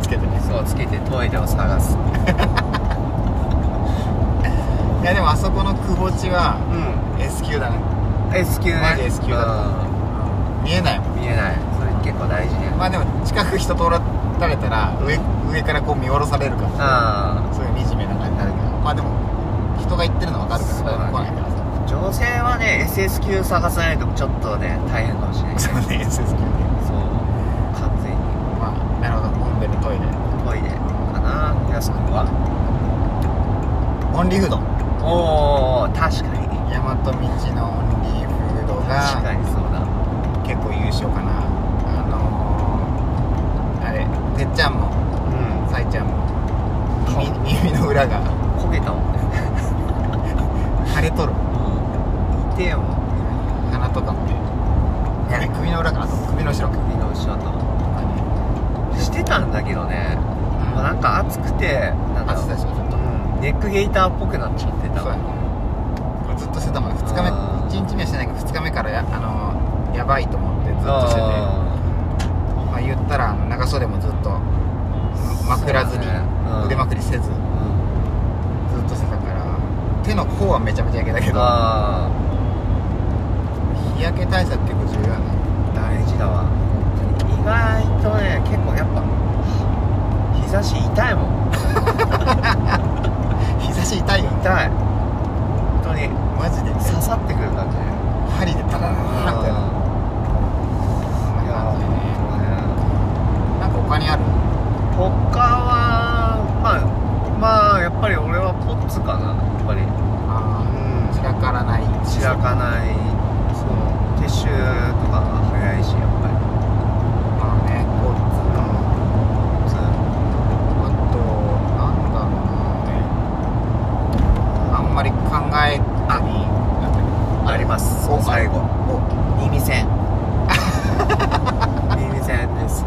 つけてね
そうつけてトイレを探す
いやでもあそこのくぼ地は
うん
S q だね
S 級ね
マジ S 級だ
だ
見えないもん
見えないそれ結構大事ね
まあでも近く人通られたら上上からこう見下ろされるから
あ
そういう惨めな感じになるけどまあでも人が言ってるの分かる
そう
か
だ
ら
ね
来ないからさ
あ女性はね SS 級探さないとちょっとね大変かもしれないそう
うね SS 級で
完全に
まあなるほどモンベルトイレ
トイレかな安くんは
オンリーフード
おお確かに
大和道のオンリーフード
確
が
かにそうだ
結構優勝かなあのー、あれてっちゃんも
うん
さいちゃんも耳耳の裏が
焦げたもんね
腫れとる
痛えもん
鼻とかもねいやね首の裏から首の後ろか
首の後ろとしてたんだけどね、まあ、なんか暑くてなんか
暑さしょちょっと
うんネックゲイターっぽくなっちゃってた
そうやねこれずっとしてたもん2日目
あー
1日目はしてないけど2日目からや,、あのーやばいと思ってずっとしててまあ、言ったらあの長袖もずっと枕ずに、
そうだねうん
腕まくりせずずっ
うん
としてたから手の甲はめちゃめちゃ焼けたけど
あ
日焼け対策結構重要やな
ー大事だわ本当に意外とね結構やっぱ日差し痛いもん
日差し痛いよ
痛い本当に
マジで
刺さってくる感じね
針でタラ
う
ー
ん
ンってや
いや本当ね
るなんか他にある
他はまあまあやっぱり俺はポッツかなやっぱり
ああ
う
散らからない
ん散らかないそう撤収とかが早いしやっぱり
まあねこう
うんそう
あとなんだろうなあんまり考えたり
あります
お
最後
お
耳栓 耳栓です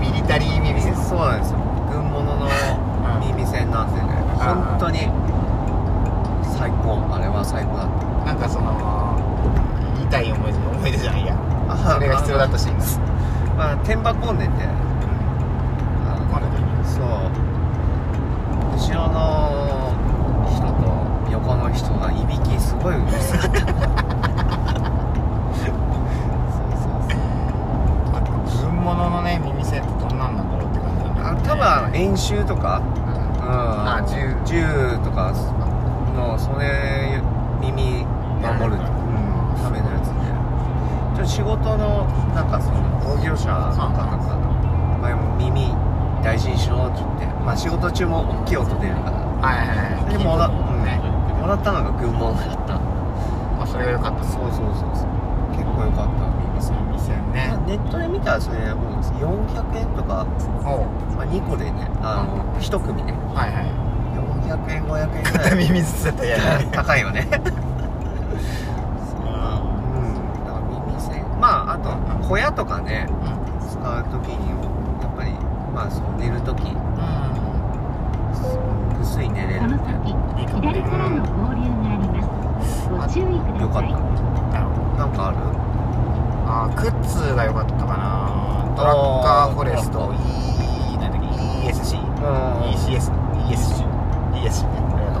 ミリタリーミリです
そうなんですよ軍物の耳栓なんでね
ん
本当に最高あれは最高だっ
な
た
んかその痛い思い出思い出じゃないや
あ
それが必要だったシーンです
まあ天馬混んでてあの
今度
そう後ろの人と横の人がいびきすごいう るさかったそうそうそう
あ
演習とか、うん、銃銃とかのそれ耳守るためのやつで、ちょっと仕事のなんかその工業者とかなんかの前も耳大事にしろって言って、まあ、仕事中も大きい音出るから
はいはいはい
でもら,、うんね、もらったのが群馬だった
まあそれが良かった
そうそうそうそう結構良かった耳栓
ですよね
ネットで見たらそれもう400円とか、
おう
まあ、2個でねあの1組ね
はいは
400円500円ぐら
い
い
耳すせてやられ
高いよねそうまあうんだから耳栓まああと小屋とかね使う時にもやっぱりまあその寝る時ぐっすり寝れるみたいな
左からの合流があります。ご注意ください。
よかったなんかある
ああクッツーが良かったかなトラッカーフォレスト E なんだっけ ESC
うん
ECS ESC ESC ありがとう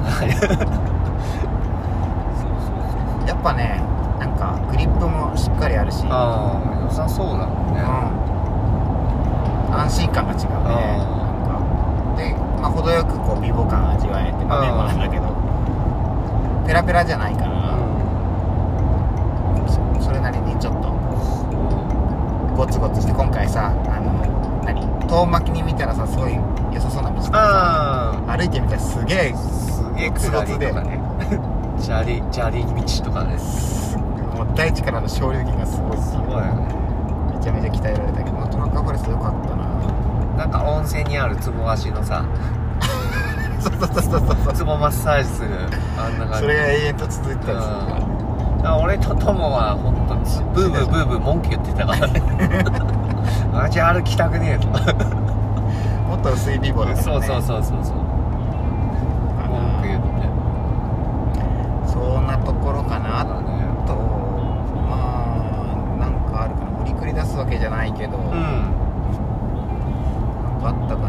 やっぱねなんかグリップもしっかりあるし、うん、
ああ良さそうだもんね
安心感が違うねなんかで、まあ、程よくこう美貌感味わえてまあ美貌なんだけどペラペラじゃないから、そそれなりにちょっとゴツゴツして今回さあの何遠巻きに見たらさすごい良さそうな道とかさ
あ
歩いてみたらすげえ
あすげえくだりとかね 砂利砂利道とかです
もう大地からの昇竜拳がすごい
すごいよね
めちゃめちゃ鍛えられたけど、まあ、トラッカーフォレスト良かったな
なんか温泉にあるつぼ足のさ
そうそうそうそうそう
つぼマッサージするあんな感じ
それが永遠と続いてたりするから
うんだから俺とトモは本当ブーブーブーブー文句言ってたからね マジ歩きたくねえと
もっと薄い美貌だから、ね、
そうそうそうそうそう文句言って
そんなところかなあ
ただね
とまあなんかあるかな無理くり出すわけじゃないけど、
う
なん
ん
かあったかな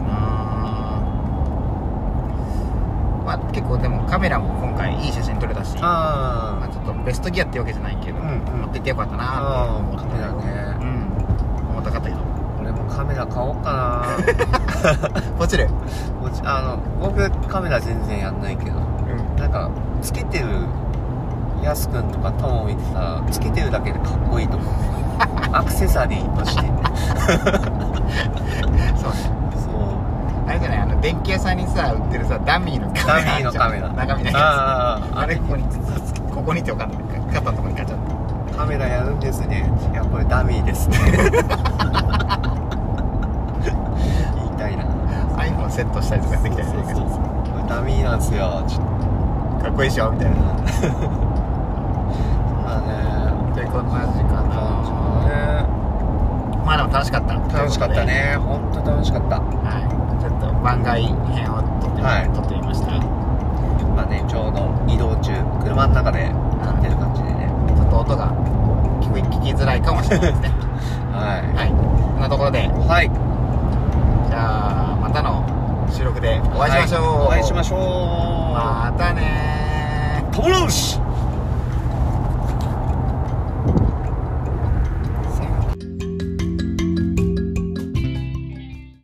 まあ結構でもカメラも今回いい写真撮れたしまあ
あ
ちょっとベストギアってわけじゃないけど、
うんうん
持ってってよかった
あ
な
ああカメラ
う
ね
ん重たかったけど
俺もカメラ買おうか
ポチる
なもちあの僕カメラ全然やんないけど
うん
なんかつけてるやすくんとかトモ見てたらつけてるだけでかっこいいと 思うアクセサリーと して
そう
そう
あれじゃないあの電気屋さんにさ売ってるさダミーのカ
ダ
メラある
ミーの
じゃ
カ
ん
メラ
中身ないや
あ
つ
あ
あれここにここにってわかんない肩のとこにガチャって
あカメラやるんですねいやこれダミーですね言いたいな
iPhone セットしたりとかできたりするけど
これダミーなんすよちょっと
かっこいいっしょみたいな
まあね
でこんな時間だまあでも楽しかった
楽しかったね本当楽しかった
はいちょっと番外編を撮って,、
はい
撮ってみましたち
まあねちょうど移動中車の中で立ってる感じでね
ょっと音が聞く聞きづらいかもしれない ですね
は
はいこんなところで
いはい
じゃあまたの収録でお会いしましょう、
はいお会いしましょう
またねー
トムロウシ